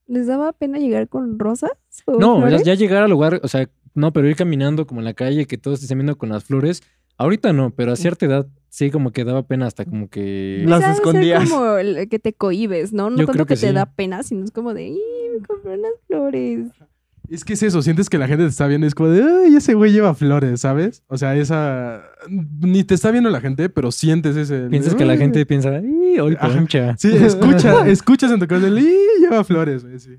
Speaker 3: ¿Les daba pena llegar con rosas? o
Speaker 1: No, ya-
Speaker 3: flores?
Speaker 1: ya llegar al lugar, o sea, no, pero ir caminando como en la calle, que todos te estén viendo con las flores. Ahorita no, pero a cierta edad sí como que daba pena hasta como que...
Speaker 2: las
Speaker 3: Esa ha de ser
Speaker 2: escondías.
Speaker 3: como el que te cohibes, ¿no? No
Speaker 1: Yo creo
Speaker 3: tanto
Speaker 1: que
Speaker 3: que, te
Speaker 1: sí.
Speaker 3: da pena, sino es como de, ¡y! Me compré unas flores.
Speaker 4: Es que es eso, sientes que la gente te está viendo, y es como de, ay, ese güey lleva flores, ¿sabes? O sea, esa. Ni te está viendo la gente, pero sientes ese.
Speaker 1: Piensas que la gente piensa, ¡y, hoy
Speaker 4: Ajá.
Speaker 1: poncha!
Speaker 4: Sí, escucha, escuchas en tu casa el, "Ih, lleva flores, güey, sí.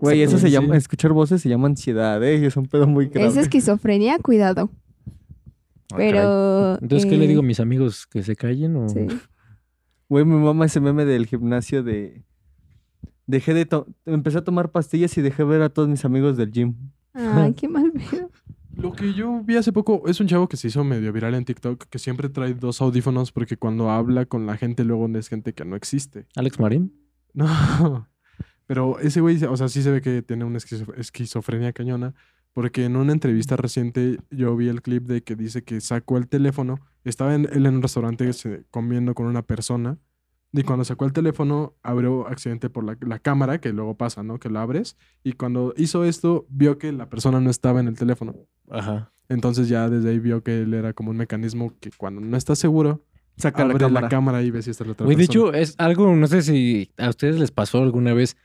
Speaker 2: Güey, eso se
Speaker 1: Sí.
Speaker 2: llama, escuchar voces se llama ansiedad, ¿eh? Y es un pedo muy grave.
Speaker 3: Es esquizofrenia, cuidado.
Speaker 2: Ah, caray.
Speaker 3: Pero.
Speaker 1: Entonces, ¿qué le
Speaker 3: eh,
Speaker 1: digo a mis amigos? ¿Que se callen o...?
Speaker 3: Sí.
Speaker 2: Güey, mi mamá ese meme del gimnasio de... Dejé de... to- Empecé a tomar pastillas y dejé ver a todos mis amigos del gym.
Speaker 3: eh, Ay, qué mal pedo.
Speaker 4: Lo que yo vi hace poco es un chavo que se hizo medio viral en TikTok que siempre trae dos audífonos porque cuando habla con la gente luego es gente que no existe.
Speaker 1: ¿Alex Marín?
Speaker 4: No. Pero ese güey, o sea, sí se ve que tiene una esquizo- esquizofrenia cañona. Porque en una entrevista reciente yo vi el clip de que dice que sacó el teléfono. Estaba en, él en un restaurante se- comiendo con una persona. Y cuando sacó el teléfono, abrió accidente por la, la cámara, que luego pasa, ¿no? Que lo abres. Y cuando hizo esto, vio que la persona no estaba en el teléfono.
Speaker 1: Ajá.
Speaker 4: Entonces ya desde ahí vio que él era como un mecanismo que cuando no estás seguro,
Speaker 2: Saca
Speaker 4: abre
Speaker 2: la cámara.
Speaker 4: la cámara y ves si está la otra
Speaker 1: Güey, de
Speaker 4: persona.
Speaker 1: hecho, es algo, no sé si a ustedes les pasó alguna vez.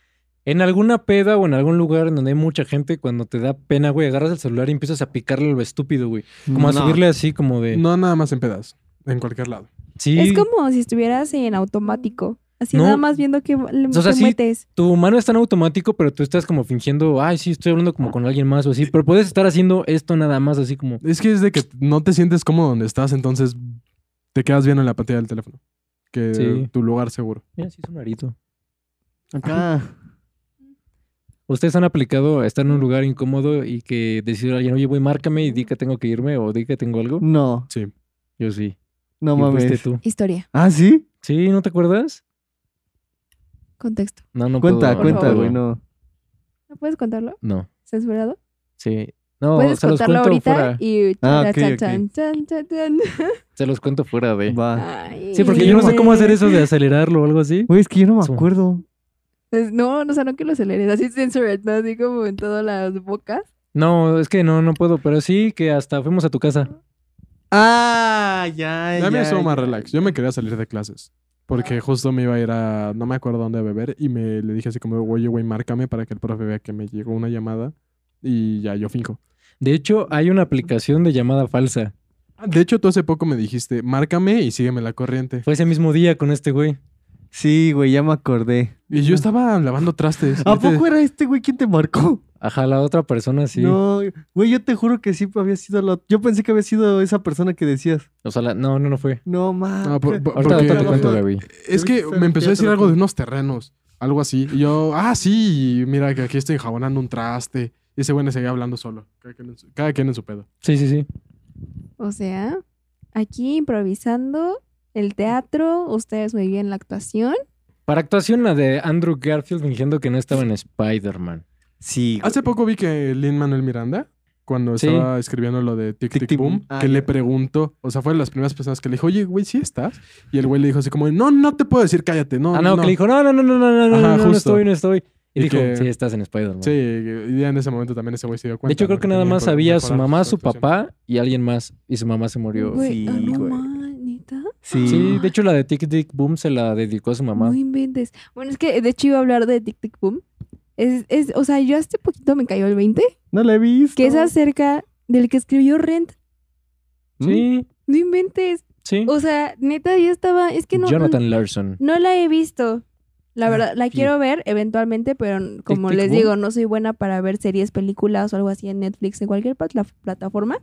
Speaker 1: En alguna peda o en algún lugar en donde hay mucha gente, cuando te da pena, güey, agarras el celular y empiezas a picarle lo estúpido, güey. Como a
Speaker 2: No.
Speaker 1: subirle así, como de...
Speaker 4: No nada más en pedas, en cualquier lado.
Speaker 1: Sí,
Speaker 3: Es como si estuvieras en automático. Así
Speaker 1: No.
Speaker 3: nada más viendo que le
Speaker 1: sea,
Speaker 3: te
Speaker 1: sí.
Speaker 3: metes.
Speaker 1: tu mano está en automático, pero tú estás como fingiendo, ay, sí, estoy hablando como con alguien más o así. Pero puedes estar haciendo esto nada más así como...
Speaker 4: Es que es de que no te sientes cómodo donde estás, entonces te quedas viendo en la pantalla del teléfono. Que
Speaker 1: Sí.
Speaker 4: tu lugar seguro.
Speaker 1: Mira, sí, es un arito.
Speaker 2: Ah, Acá.
Speaker 1: ¿Ustedes han aplicado estar en un lugar incómodo y que decir a alguien, oye, güey, márcame y di que tengo que irme o di que tengo algo?
Speaker 2: No,
Speaker 4: Sí.
Speaker 1: Yo sí.
Speaker 2: no
Speaker 1: Y fuiste
Speaker 2: mames.
Speaker 1: tú.
Speaker 3: Historia,
Speaker 2: ¿Ah, sí?
Speaker 1: Sí, ¿no te acuerdas?
Speaker 3: contexto.
Speaker 1: No, no
Speaker 2: cuenta,
Speaker 1: puedo,
Speaker 2: cuenta,
Speaker 1: puedo.
Speaker 2: güey, no.
Speaker 3: ¿No puedes contarlo?
Speaker 1: No,
Speaker 3: ¿Censurado?
Speaker 1: sí. No,
Speaker 3: puedes
Speaker 1: se los
Speaker 3: contarlo
Speaker 1: cuento fuera.
Speaker 3: ahorita y.
Speaker 2: Ah,
Speaker 3: chan,
Speaker 2: ok,
Speaker 3: chan,
Speaker 2: ok.
Speaker 3: chan, chan, chan, chan.
Speaker 1: Se los cuento fuera de.
Speaker 2: Va.
Speaker 3: Ay.
Speaker 1: Ah. Sí, porque yo no sé cómo hacer eso de acelerarlo o algo así.
Speaker 2: Güey, es que yo no me
Speaker 1: Su-
Speaker 2: acuerdo.
Speaker 3: Es- No, no, o sea, no que lo aceleres, así censored, ¿no? Así como en todas las bocas.
Speaker 1: No, es que no, no puedo, pero sí que hasta fuimos a tu casa.
Speaker 2: Ah, ya,
Speaker 4: Ya me
Speaker 2: ya,
Speaker 4: estuvo más
Speaker 2: ya.
Speaker 4: relax. Yo me quería salir de clases. Porque justo me iba a ir a... No me acuerdo dónde a beber. Y me le dije así como, oye, güey, márcame para que el profe vea que me llegó una llamada. Y ya yo finjo.
Speaker 1: De hecho, hay una aplicación de llamada falsa.
Speaker 4: Ah, De hecho, tú hace poco me dijiste, márcame y sígueme la corriente.
Speaker 1: Fue ese mismo día con este güey.
Speaker 2: Sí, güey, ya me acordé.
Speaker 4: Y yo estaba lavando trastes.
Speaker 2: ¿A
Speaker 4: Y te-
Speaker 2: poco era este güey quien te marcó?
Speaker 1: Ajá, la otra persona sí.
Speaker 2: No, güey, yo te juro que sí pues, había sido la... Yo pensé que había sido esa persona que decías.
Speaker 1: O sea, la- no, no, no fue.
Speaker 2: No, mames.
Speaker 4: No, por-
Speaker 1: Ahorita,
Speaker 4: por- Porque-
Speaker 1: ahorita te cuento, Gaby.
Speaker 4: Es
Speaker 2: Te
Speaker 4: que
Speaker 2: viste
Speaker 4: me empezó
Speaker 2: teatro,
Speaker 4: a decir algo
Speaker 2: ¿no?
Speaker 4: de unos terrenos. Algo así. Y yo, ah, sí, mira que aquí estoy enjabonando un traste. Y ese güey le seguía hablando solo. Cada quien, en su, cada quien en su pedo.
Speaker 1: Sí, sí, sí.
Speaker 3: O sea, aquí improvisando el teatro, ustedes muy bien la actuación.
Speaker 1: Para actuación, la de Andrew Garfield fingiendo que no estaba en Spider-Man.
Speaker 2: Sí.
Speaker 4: Hace poco vi que Lin Manuel Miranda, cuando
Speaker 1: Sí.
Speaker 4: estaba escribiendo lo de Tic
Speaker 2: Tic,
Speaker 4: Tic,
Speaker 2: Tic,
Speaker 4: Boom,
Speaker 2: Boom. Ah,
Speaker 4: que
Speaker 2: ya.
Speaker 4: le preguntó, o sea, fue de las primeras personas que le dijo, oye, güey, ¿sí estás? Y el güey le dijo así como, no, no te puedo decir, cállate, no.
Speaker 1: ah, no,
Speaker 4: no.
Speaker 1: que le dijo, no, no, no, no, no, no, no,
Speaker 4: Ajá,
Speaker 1: no, no
Speaker 4: justo.
Speaker 1: estoy, no estoy. Y,
Speaker 4: Y
Speaker 1: dijo,
Speaker 4: que-
Speaker 1: sí, estás en Spider-Man.
Speaker 4: Sí, y ya en ese momento también ese güey se dio cuenta.
Speaker 1: de hecho,
Speaker 4: ¿no?
Speaker 1: creo que nada
Speaker 4: tenía
Speaker 1: más
Speaker 4: que
Speaker 1: sabía
Speaker 4: mejorar
Speaker 1: su mamá, su
Speaker 4: actuación.
Speaker 1: papá y alguien más. Y su mamá se murió.
Speaker 3: Güey,
Speaker 2: Sí,
Speaker 3: ah, no
Speaker 2: güey.
Speaker 3: man, neta.
Speaker 2: Sí.
Speaker 4: Mm.
Speaker 1: Sí, de hecho, la de Tic Tic Boom se la dedicó a su mamá.
Speaker 3: No inventes. Bueno, es que de hecho iba a hablar de Tic Tic Boom. Es, es, o sea, yo hace poquito me cayó el 20,
Speaker 2: No la he visto.
Speaker 3: que es acerca del que escribió Rent.
Speaker 4: Mm.
Speaker 1: Sí,
Speaker 3: No inventes.
Speaker 1: sí.
Speaker 3: O sea, neta, yo estaba. Es que no.
Speaker 1: Jonathan Larson.
Speaker 3: No la he visto. La
Speaker 4: Ah,
Speaker 3: verdad, la
Speaker 4: sí.
Speaker 3: quiero ver eventualmente, pero n- como
Speaker 1: Tic,
Speaker 3: les
Speaker 1: boom.
Speaker 3: digo, no soy buena para ver series, películas o algo así en Netflix, en cualquier plat- la- plataforma.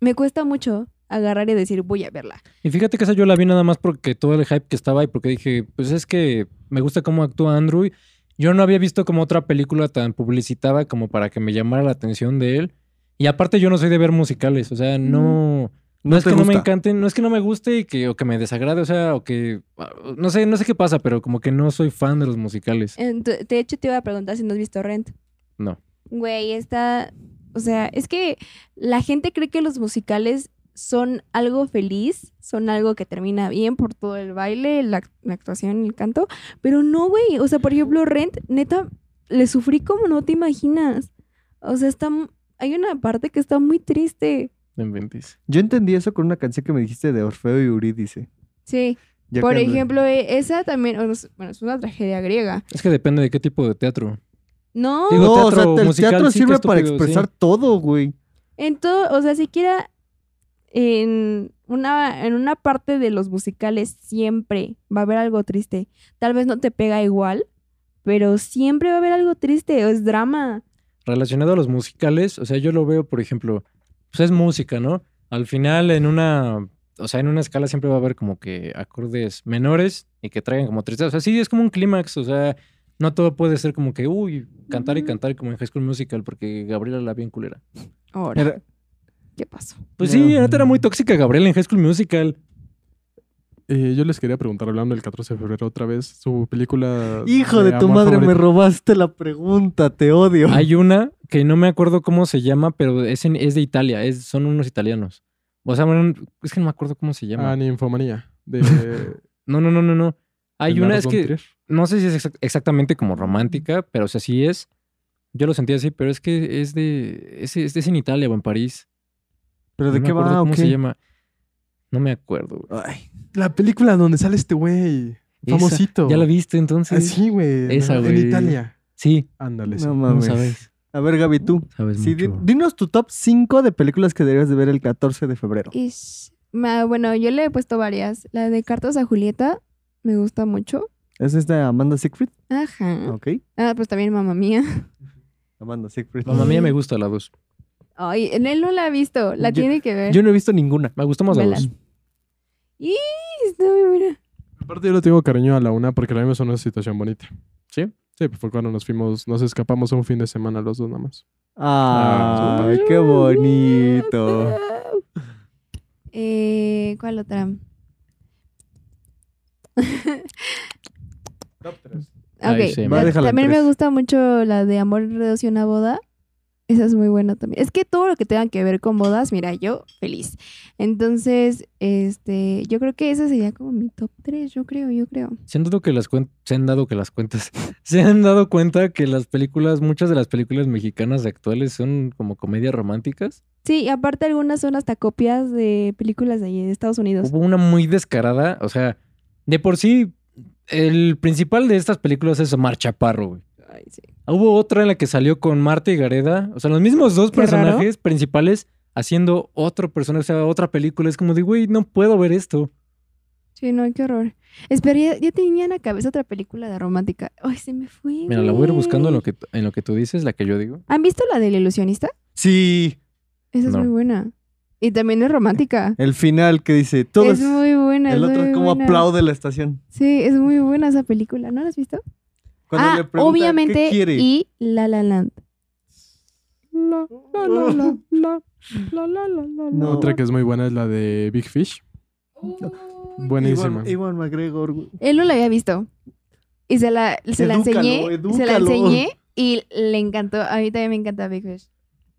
Speaker 3: Me cuesta mucho agarrar y decir, voy a verla.
Speaker 1: Y fíjate que esa yo la vi nada más porque todo el hype que estaba y porque dije, pues es que me gusta cómo actúa Andrew. Yo no había visto como otra película tan publicitada como para que me llamara la atención de él. Y aparte yo no soy de ver musicales, o sea, no... No, es
Speaker 2: te
Speaker 1: que no me
Speaker 2: gusta.
Speaker 1: encanten, no es que no me guste y que, o que me desagrade, o sea, o que... No sé, no sé qué pasa, pero como que no soy fan de los musicales.
Speaker 3: Ent- de hecho, te iba a preguntar si no has visto Rent.
Speaker 1: No.
Speaker 3: Güey, está... O sea, es que la gente cree que los musicales son algo feliz, son algo que termina bien por todo el baile, la, la actuación, el canto, pero no, güey. O sea, por ejemplo, Rent, neta, le sufrí como no te imaginas. O sea, está... mu- Hay una parte que está muy triste.
Speaker 1: No inventes.
Speaker 2: Yo entendí eso con una canción que me dijiste de Orfeo y Eurídice.
Speaker 3: Sí.
Speaker 2: Ya
Speaker 3: por
Speaker 2: que-
Speaker 3: ejemplo, e- esa también... o no sé, Bueno, es una tragedia griega.
Speaker 1: Es que depende de qué tipo de teatro.
Speaker 3: No,
Speaker 1: Digo,
Speaker 2: No, o sea,
Speaker 1: teatro
Speaker 2: el
Speaker 1: musical
Speaker 2: teatro
Speaker 1: sí que
Speaker 2: sirve para
Speaker 1: estúpido, sí.
Speaker 2: expresar todo, güey.
Speaker 3: En todo, o sea, siquiera en una, en una parte de los musicales siempre va a haber algo triste. Tal vez no te pega igual, pero siempre va a haber algo triste, o es drama.
Speaker 1: relacionado a los musicales, o sea, yo lo veo, por ejemplo, pues es música, ¿no? Al final, en una, o sea, en una escala siempre va a haber como que acordes menores y que traigan como tristeza. O sea, sí, es como un clímax, o sea, no todo puede ser como que, uy, cantar y
Speaker 3: Ujú.
Speaker 1: cantar como en High School Musical, porque Gabriela la bien culera.
Speaker 3: Ahora,
Speaker 2: Era-
Speaker 3: ¿qué pasó?
Speaker 1: Pues
Speaker 2: No.
Speaker 1: sí, antes era muy tóxica Gabriela en High School Musical.
Speaker 4: Eh, yo les quería preguntar, hablando del 14 de febrero otra vez, su película.
Speaker 2: Hijo de tu
Speaker 4: amor
Speaker 2: madre, me
Speaker 4: favorita.
Speaker 2: robaste la pregunta, te odio.
Speaker 1: Hay una que no me acuerdo cómo se llama, pero es, en- es de Italia, es, son unos italianos. O sea, bueno, es que no me acuerdo cómo se llama.
Speaker 4: Ah, Ninfomanía. De.
Speaker 1: No, no, no, no, no. Hay
Speaker 4: de
Speaker 1: una,
Speaker 4: Lars
Speaker 1: es
Speaker 4: von
Speaker 1: que...
Speaker 4: Trier.
Speaker 1: no sé si es exac- exactamente como romántica, pero o sea, sí es. Yo lo sentí así, pero es que es de. Es, es- es en Italia o en París.
Speaker 2: ¿Pero de
Speaker 1: No me
Speaker 2: qué
Speaker 1: acuerdo
Speaker 2: va? o
Speaker 1: ¿Cómo
Speaker 2: qué?
Speaker 1: se llama? No me acuerdo, güey.
Speaker 2: Ay,
Speaker 4: La película donde sale este güey.
Speaker 1: Esa,
Speaker 2: Oh.
Speaker 4: Famosito.
Speaker 1: ¿Ya la viste entonces?
Speaker 4: Ah, sí, güey.
Speaker 1: Esa,
Speaker 4: En
Speaker 1: güey.
Speaker 4: Italia.
Speaker 1: Sí,
Speaker 4: Ándale. sí.
Speaker 2: no
Speaker 1: no
Speaker 2: mames.
Speaker 1: sabes.
Speaker 2: A ver, Gaby, tú.
Speaker 1: Sabes
Speaker 2: Sí, di-
Speaker 1: mucho.
Speaker 2: dinos tu top 5 de películas que deberías de ver el 14 de febrero.
Speaker 3: Ish. Ma- Bueno, yo le he puesto varias. La de Cartas a Julieta me gusta mucho.
Speaker 2: ¿Es esta Amanda Siegfried?
Speaker 3: Ajá.
Speaker 2: Ok.
Speaker 3: Ah, pues también Mamá Mía.
Speaker 2: Amanda Siegfried.
Speaker 1: Mamá mía me gusta la dos.
Speaker 3: Ay, él no la ha visto, la
Speaker 2: Yo-
Speaker 3: tiene que ver.
Speaker 2: Yo no he visto ninguna.
Speaker 1: Me gustó más la
Speaker 3: Vela.
Speaker 1: dos.
Speaker 3: Está muy buena.
Speaker 4: Aparte, yo le tengo cariño a la una porque la vimos en una situación bonita.
Speaker 1: ¿Sí?
Speaker 4: Sí, pues fue cuando nos fuimos, nos escapamos un fin de semana los dos nada más. Ah,
Speaker 2: Ay, qué bonito.
Speaker 3: Eh, ¿Cuál otra?
Speaker 4: Top 3.
Speaker 1: Ahí
Speaker 3: Ok,
Speaker 1: se
Speaker 2: va,
Speaker 3: la-
Speaker 2: déjala en
Speaker 3: también me
Speaker 2: tres.
Speaker 3: gusta mucho la de Amor Reduce una boda. Esa es muy buena también. Es que todo lo que tenga que ver con bodas, mira, yo feliz. Entonces, este, yo creo que esa sería como mi top 3, yo creo, yo creo.
Speaker 1: Se han dado que las cuen- se han dado que las cuentas. Se han dado cuenta que las películas, muchas de las películas mexicanas actuales son como comedias románticas.
Speaker 3: Sí, y aparte algunas son hasta copias de películas de allí, de Estados Unidos.
Speaker 1: Hubo una muy descarada, o sea, de por sí, el principal de estas películas es Omar Chaparro, güey.
Speaker 3: Ay, sí.
Speaker 1: Hubo otra en la que salió con Marta y Gareda. O sea, los mismos dos
Speaker 3: Qué raro.
Speaker 1: personajes principales haciendo otro personaje, o sea, otra película. Es como de, güey, no puedo ver esto.
Speaker 3: Sí, no, qué horror. Espera, ya, ya tenía en la cabeza otra película de romántica. Ay, se me fue.
Speaker 1: Mira, la voy a ir buscando en lo
Speaker 3: güey.
Speaker 1: que, en lo que tú dices, la que yo digo.
Speaker 3: ¿Han visto la del ilusionista?
Speaker 2: Sí,
Speaker 3: Esa es
Speaker 1: No.
Speaker 3: muy buena. Y también es romántica.
Speaker 2: el final que dice todo
Speaker 3: es muy buena.
Speaker 2: El
Speaker 3: es
Speaker 2: otro
Speaker 3: muy
Speaker 2: como
Speaker 3: buena.
Speaker 2: aplaude la estación.
Speaker 3: Sí, es muy buena esa película. ¿No la has visto?
Speaker 2: Cuando
Speaker 3: ah,
Speaker 2: le pregunta,
Speaker 3: obviamente,
Speaker 2: ¿qué quiere?
Speaker 3: y La La Land. La, la, la, la, la, la, la, la, la,
Speaker 2: No.
Speaker 3: la.
Speaker 4: Otra que es muy buena es la de Big Fish.
Speaker 3: Uy.
Speaker 4: Buenísima.
Speaker 2: Iwan, Iwan McGregor, güey.
Speaker 3: Él no la había visto. Y se la, se la
Speaker 2: Edúcalo,
Speaker 3: enseñé. Se la
Speaker 2: edúcalo.
Speaker 3: enseñé y le encantó. A mí también me encanta Big Fish.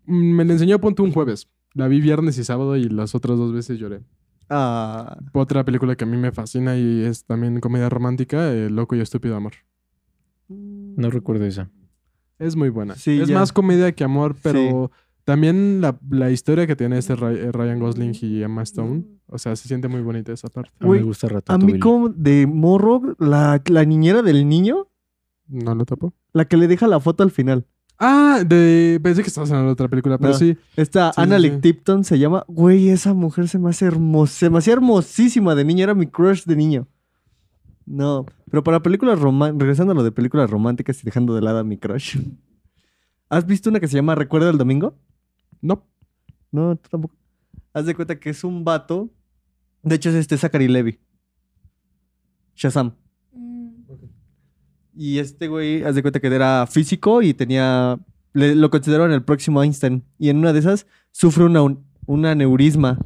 Speaker 4: Mm, Me la enseñó Ponte un jueves. La vi viernes y sábado y las otras dos veces lloré.
Speaker 2: Ah,
Speaker 4: Otra película que a mí me fascina y es también comedia romántica, eh, Loco y Estúpido Amor.
Speaker 1: No recuerdo esa.
Speaker 4: Es muy buena.
Speaker 2: Sí,
Speaker 4: es
Speaker 2: ya.
Speaker 4: más comedia que amor, pero también la, la historia que tiene este Ry- eh, Ryan Gosling y Emma Stone. O sea, se siente muy bonita esa parte.
Speaker 1: A mí
Speaker 2: Güey,
Speaker 1: me gusta
Speaker 2: A
Speaker 1: Ratatouille.
Speaker 2: mí como de morro, la, la niñera del niño,
Speaker 4: ¿No lo tapó?
Speaker 2: la que le deja la foto al final.
Speaker 4: Ah, de... pensé que estabas hablando de otra película, pero
Speaker 2: No.
Speaker 4: sí.
Speaker 2: Esta
Speaker 4: Sí,
Speaker 2: Anna
Speaker 4: sí,
Speaker 2: Lick
Speaker 4: sí.
Speaker 2: Tipton se llama. Güey, esa mujer se me hace hermosa. Se me hacía hermosísima de niña. Era mi crush de niño. No, pero para películas románticas, regresando a lo de películas románticas y dejando de lado a mi crush. ¿Has visto una que se llama Recuerda el Domingo?
Speaker 4: No.
Speaker 2: No, tú tampoco. Haz de cuenta que es un vato. De hecho, es este Zachary Levy. Shazam. Y este güey, haz de cuenta que era físico y tenía. le- lo consideraron el próximo Einstein. Y en una de esas sufre una, un, un aneurisma.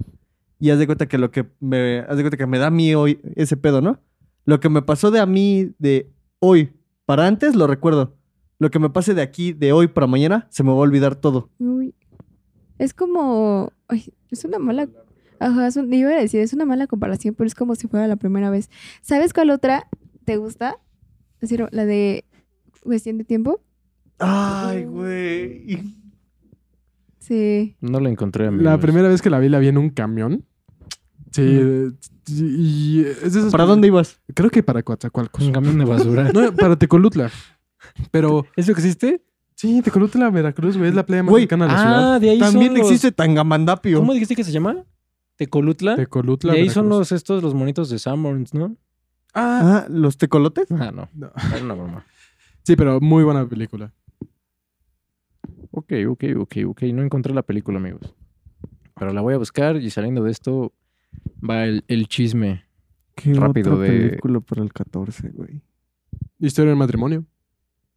Speaker 2: Y haz de cuenta que lo que me. Haz de cuenta que me da a mí hoy ese pedo, ¿no? Lo que me pasó de a mí de hoy para antes lo recuerdo. Lo que me pase de aquí de hoy para mañana se me va a olvidar todo.
Speaker 3: Uy. Es como. ay, es una mala. Ajá, es un- iba a decir, es una mala comparación, pero es como si fuera la primera vez. ¿Sabes cuál otra te gusta? Es decir, la de cuestión de tiempo.
Speaker 2: Ay, güey.
Speaker 3: Sí.
Speaker 1: No la encontré, amigos.
Speaker 4: La primera vez que la vi, la vi en un camión. Sí. eh, Y es de esas
Speaker 2: ¿Para dónde ibas?
Speaker 4: Creo que para Coatzacoalcos.
Speaker 1: Un camión de basura.
Speaker 4: No, para Tecolutla. Pero
Speaker 1: ¿Eso existe?
Speaker 4: sí, Tecolutla, Veracruz, güey, es la playa más
Speaker 2: Güey,
Speaker 4: cercana a la ciudad.
Speaker 1: Ah, de ahí
Speaker 2: También
Speaker 1: son los-
Speaker 2: existe Tangamandapio.
Speaker 1: ¿Cómo dijiste que se llama? ¿Tecolutla?
Speaker 4: Tecolutla.
Speaker 1: De ¿Ah? ahí son
Speaker 4: Veracruz.
Speaker 1: los estos, los monitos de Sanborns, ¿no?
Speaker 4: Ah,
Speaker 2: Ah, ¿los tecolotes?
Speaker 1: Ah, no.
Speaker 4: No.
Speaker 1: Era una broma.
Speaker 4: sí, pero muy buena película.
Speaker 1: Ok, ok, ok, ok. No encontré la película, amigos. Pero la voy a buscar y saliendo de esto va el, el chisme.
Speaker 2: ¿Qué
Speaker 1: Rápido
Speaker 2: otra
Speaker 1: de-
Speaker 2: película para el 14, güey?
Speaker 4: Historia del matrimonio.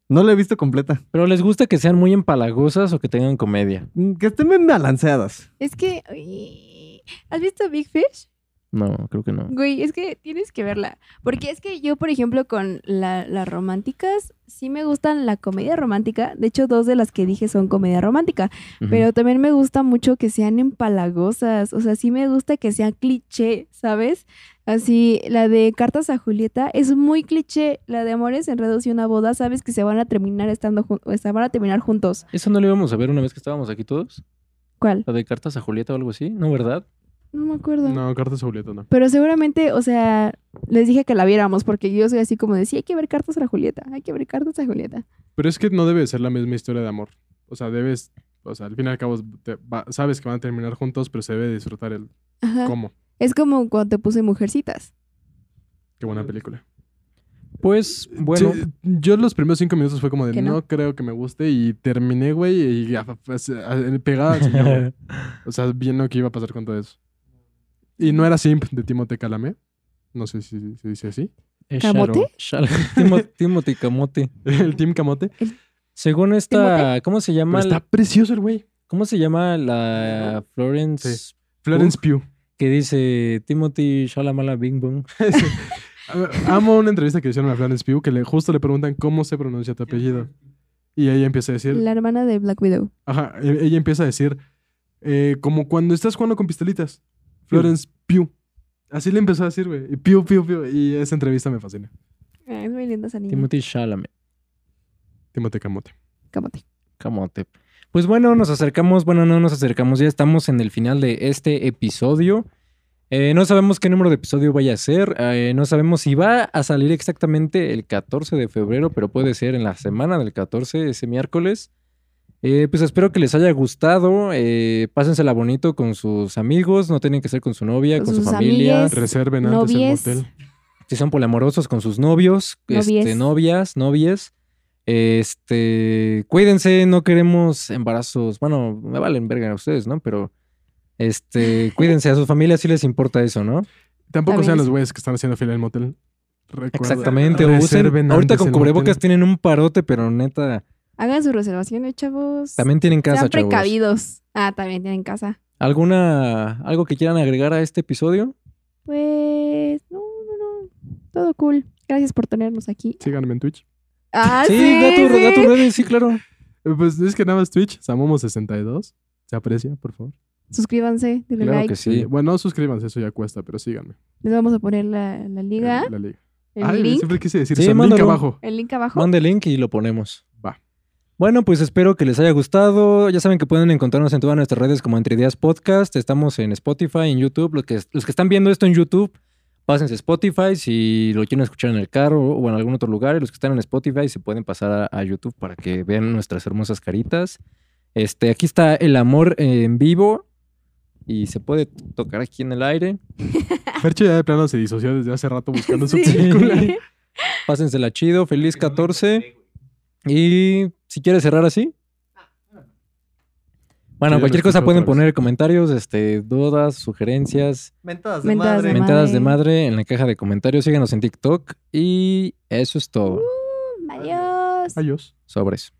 Speaker 2: No la he visto completa.
Speaker 1: Pero les gusta que sean muy empalagosas o que tengan comedia.
Speaker 2: Mm, Que estén bien balanceadas.
Speaker 3: Es que. uy, ¿Has visto Big Fish?
Speaker 1: No, creo que no.
Speaker 3: Güey, es que tienes que verla. Porque es que yo, por ejemplo, con la- las románticas, sí me gustan la comedia romántica. De hecho, dos de las que dije son comedia romántica.
Speaker 1: Ujú.
Speaker 3: Pero también me gusta mucho que sean empalagosas. O sea, sí me gusta que sea cliché, ¿sabes? Así, la de Cartas a Julieta es muy cliché. La de Amores, Enredos y una boda, sabes que se van a terminar estando jun- o se van a terminar juntos.
Speaker 1: ¿Eso no lo íbamos a ver una vez que estábamos aquí todos?
Speaker 3: ¿Cuál?
Speaker 1: ¿La de cartas a Julieta o algo así? ¿No, verdad?
Speaker 3: No me acuerdo.
Speaker 4: No, cartas a Julieta, no.
Speaker 3: Pero seguramente, o sea, les dije que la viéramos porque yo soy así como de, sí, hay que ver cartas a la Julieta, hay que ver cartas a Julieta.
Speaker 4: Pero es que no debe ser la misma historia de amor. O sea, debes. O sea, al fin y al cabo, te- va- sabes que van a terminar juntos, pero se debe disfrutar el
Speaker 3: Ajá.
Speaker 4: cómo.
Speaker 3: Es como cuando te puse mujercitas.
Speaker 4: Qué buena película.
Speaker 1: Pues, bueno.
Speaker 4: Sí, yo los primeros cinco minutos fue como de
Speaker 3: Que
Speaker 4: no?
Speaker 3: no.
Speaker 4: creo que me guste y terminé, güey, y a- a- a- pegada al señor. güey. o sea, viendo qué iba a pasar con todo eso. Y no era Simp de Timote Calamé. No sé si se dice así.
Speaker 1: Es
Speaker 3: ¿Camote?
Speaker 1: Sharo- Sharo- Timo- Timothy Camote.
Speaker 4: El Team Camote.
Speaker 1: Según esta, ¿cómo se
Speaker 4: Pero
Speaker 1: llama?
Speaker 4: está precioso el güey.
Speaker 1: ¿Cómo se llama la Florence
Speaker 4: Sí. Florence Pugh.
Speaker 1: que dice Timothy Shalamala Bing Bong?
Speaker 4: A ver, Amo una entrevista que hicieron a Florence Pugh que le, justo le preguntan cómo se pronuncia tu apellido. Y ella empieza a decir,
Speaker 3: La hermana de Black Widow.
Speaker 4: ajá, e- ella empieza a decir, eh, como cuando estás jugando con pistolitas, Florence Pugh. Así le empezó a decir, güey. y Pugh, Pugh, Pugh. Y esa entrevista me fascina.
Speaker 3: Ah, es muy linda esa niña.
Speaker 1: Timothy Chalamet.
Speaker 4: Timote Camote.
Speaker 3: Camote.
Speaker 1: Camote. Pues bueno, nos acercamos, bueno, no nos acercamos, ya estamos en el final de este episodio. Eh, no sabemos qué número de episodio vaya a ser, eh, no sabemos si va a salir exactamente el 14 de febrero, pero puede ser en la semana del 14, ese miércoles. Eh, pues espero que les haya gustado, eh, pásensela bonito con sus amigos, no tienen que ser con su novia,
Speaker 3: Con
Speaker 1: con, su
Speaker 3: sus
Speaker 1: familia.
Speaker 3: amigues.
Speaker 4: Reserven antes
Speaker 3: Novies.
Speaker 4: el motel.
Speaker 1: si son poliamorosos con sus novios, Este,
Speaker 3: Novies.
Speaker 1: novias, novies. Este, cuídense, no queremos embarazos. Bueno, me valen verga a ustedes, ¿no? Pero este, cuídense a sus familias si les importa eso, ¿no?
Speaker 4: Tampoco
Speaker 3: También
Speaker 4: sean
Speaker 3: es-
Speaker 4: los güeyes que están haciendo fila en el motel. Recuerda,
Speaker 1: Exactamente. o usen,
Speaker 4: reserven
Speaker 1: ahorita
Speaker 4: antes
Speaker 1: con
Speaker 4: el
Speaker 1: cubrebocas
Speaker 4: hotel.
Speaker 1: tienen un parote, pero neta,
Speaker 3: Hagan sus reservaciones, chavos.
Speaker 1: también tienen casa,
Speaker 3: Sean
Speaker 1: chavos.
Speaker 3: precavidos. Ah, también tienen casa.
Speaker 1: ¿Alguna, algo que quieran agregar a este episodio?
Speaker 3: Pues, no, no, no. Todo cool. Gracias por tenernos aquí.
Speaker 4: Síganme en Twitch.
Speaker 3: Ah, sí,
Speaker 1: da, tu, da
Speaker 3: sí.
Speaker 1: tus redes, sí, claro.
Speaker 4: Eh, Pues es que nada más Twitch, Samomo62. Se aprecia, por favor. Eh,
Speaker 3: Suscríbanse, denle
Speaker 1: Claro
Speaker 3: like.
Speaker 1: que sí.
Speaker 4: Bueno, no suscríbanse, eso ya cuesta, pero síganme.
Speaker 3: Les vamos a poner la, la liga,
Speaker 4: La liga.
Speaker 3: el,
Speaker 4: Ay,
Speaker 3: link,
Speaker 4: siempre quise decir
Speaker 1: Sí,
Speaker 4: eso. Link
Speaker 1: mándalo.
Speaker 4: abajo.
Speaker 3: el link abajo.
Speaker 1: Mande el link y lo ponemos.
Speaker 4: Va.
Speaker 1: Bueno, pues espero que les haya gustado. Ya saben que pueden encontrarnos en todas nuestras redes como Entre Ideas Podcast. Estamos en Spotify, en YouTube. Los que, los que están viendo esto en YouTube, pásense a Spotify si lo quieren escuchar en el carro o en algún otro lugar. Y los que están en Spotify se pueden pasar a, a YouTube para que vean nuestras hermosas caritas. Este, aquí está el amor eh, en vivo y se puede tocar aquí en el aire.
Speaker 4: Fercho ya de plano se disoció desde hace rato buscando su
Speaker 3: Sí.
Speaker 4: película.
Speaker 1: Pásensela chido. Feliz 14. Y si quieres cerrar así. Bueno,
Speaker 4: Sí, ya lo
Speaker 1: cualquier
Speaker 4: escuché
Speaker 1: cosa pueden
Speaker 4: otra vez.
Speaker 1: poner comentarios, este, dudas, sugerencias,
Speaker 2: Mentadas de
Speaker 3: Mentadas
Speaker 2: madre.
Speaker 3: de madre.
Speaker 1: mentadas de madre en la caja de comentarios. Síganos en TikTok y eso es todo.
Speaker 3: Adiós.
Speaker 4: Adiós.
Speaker 1: Sobres.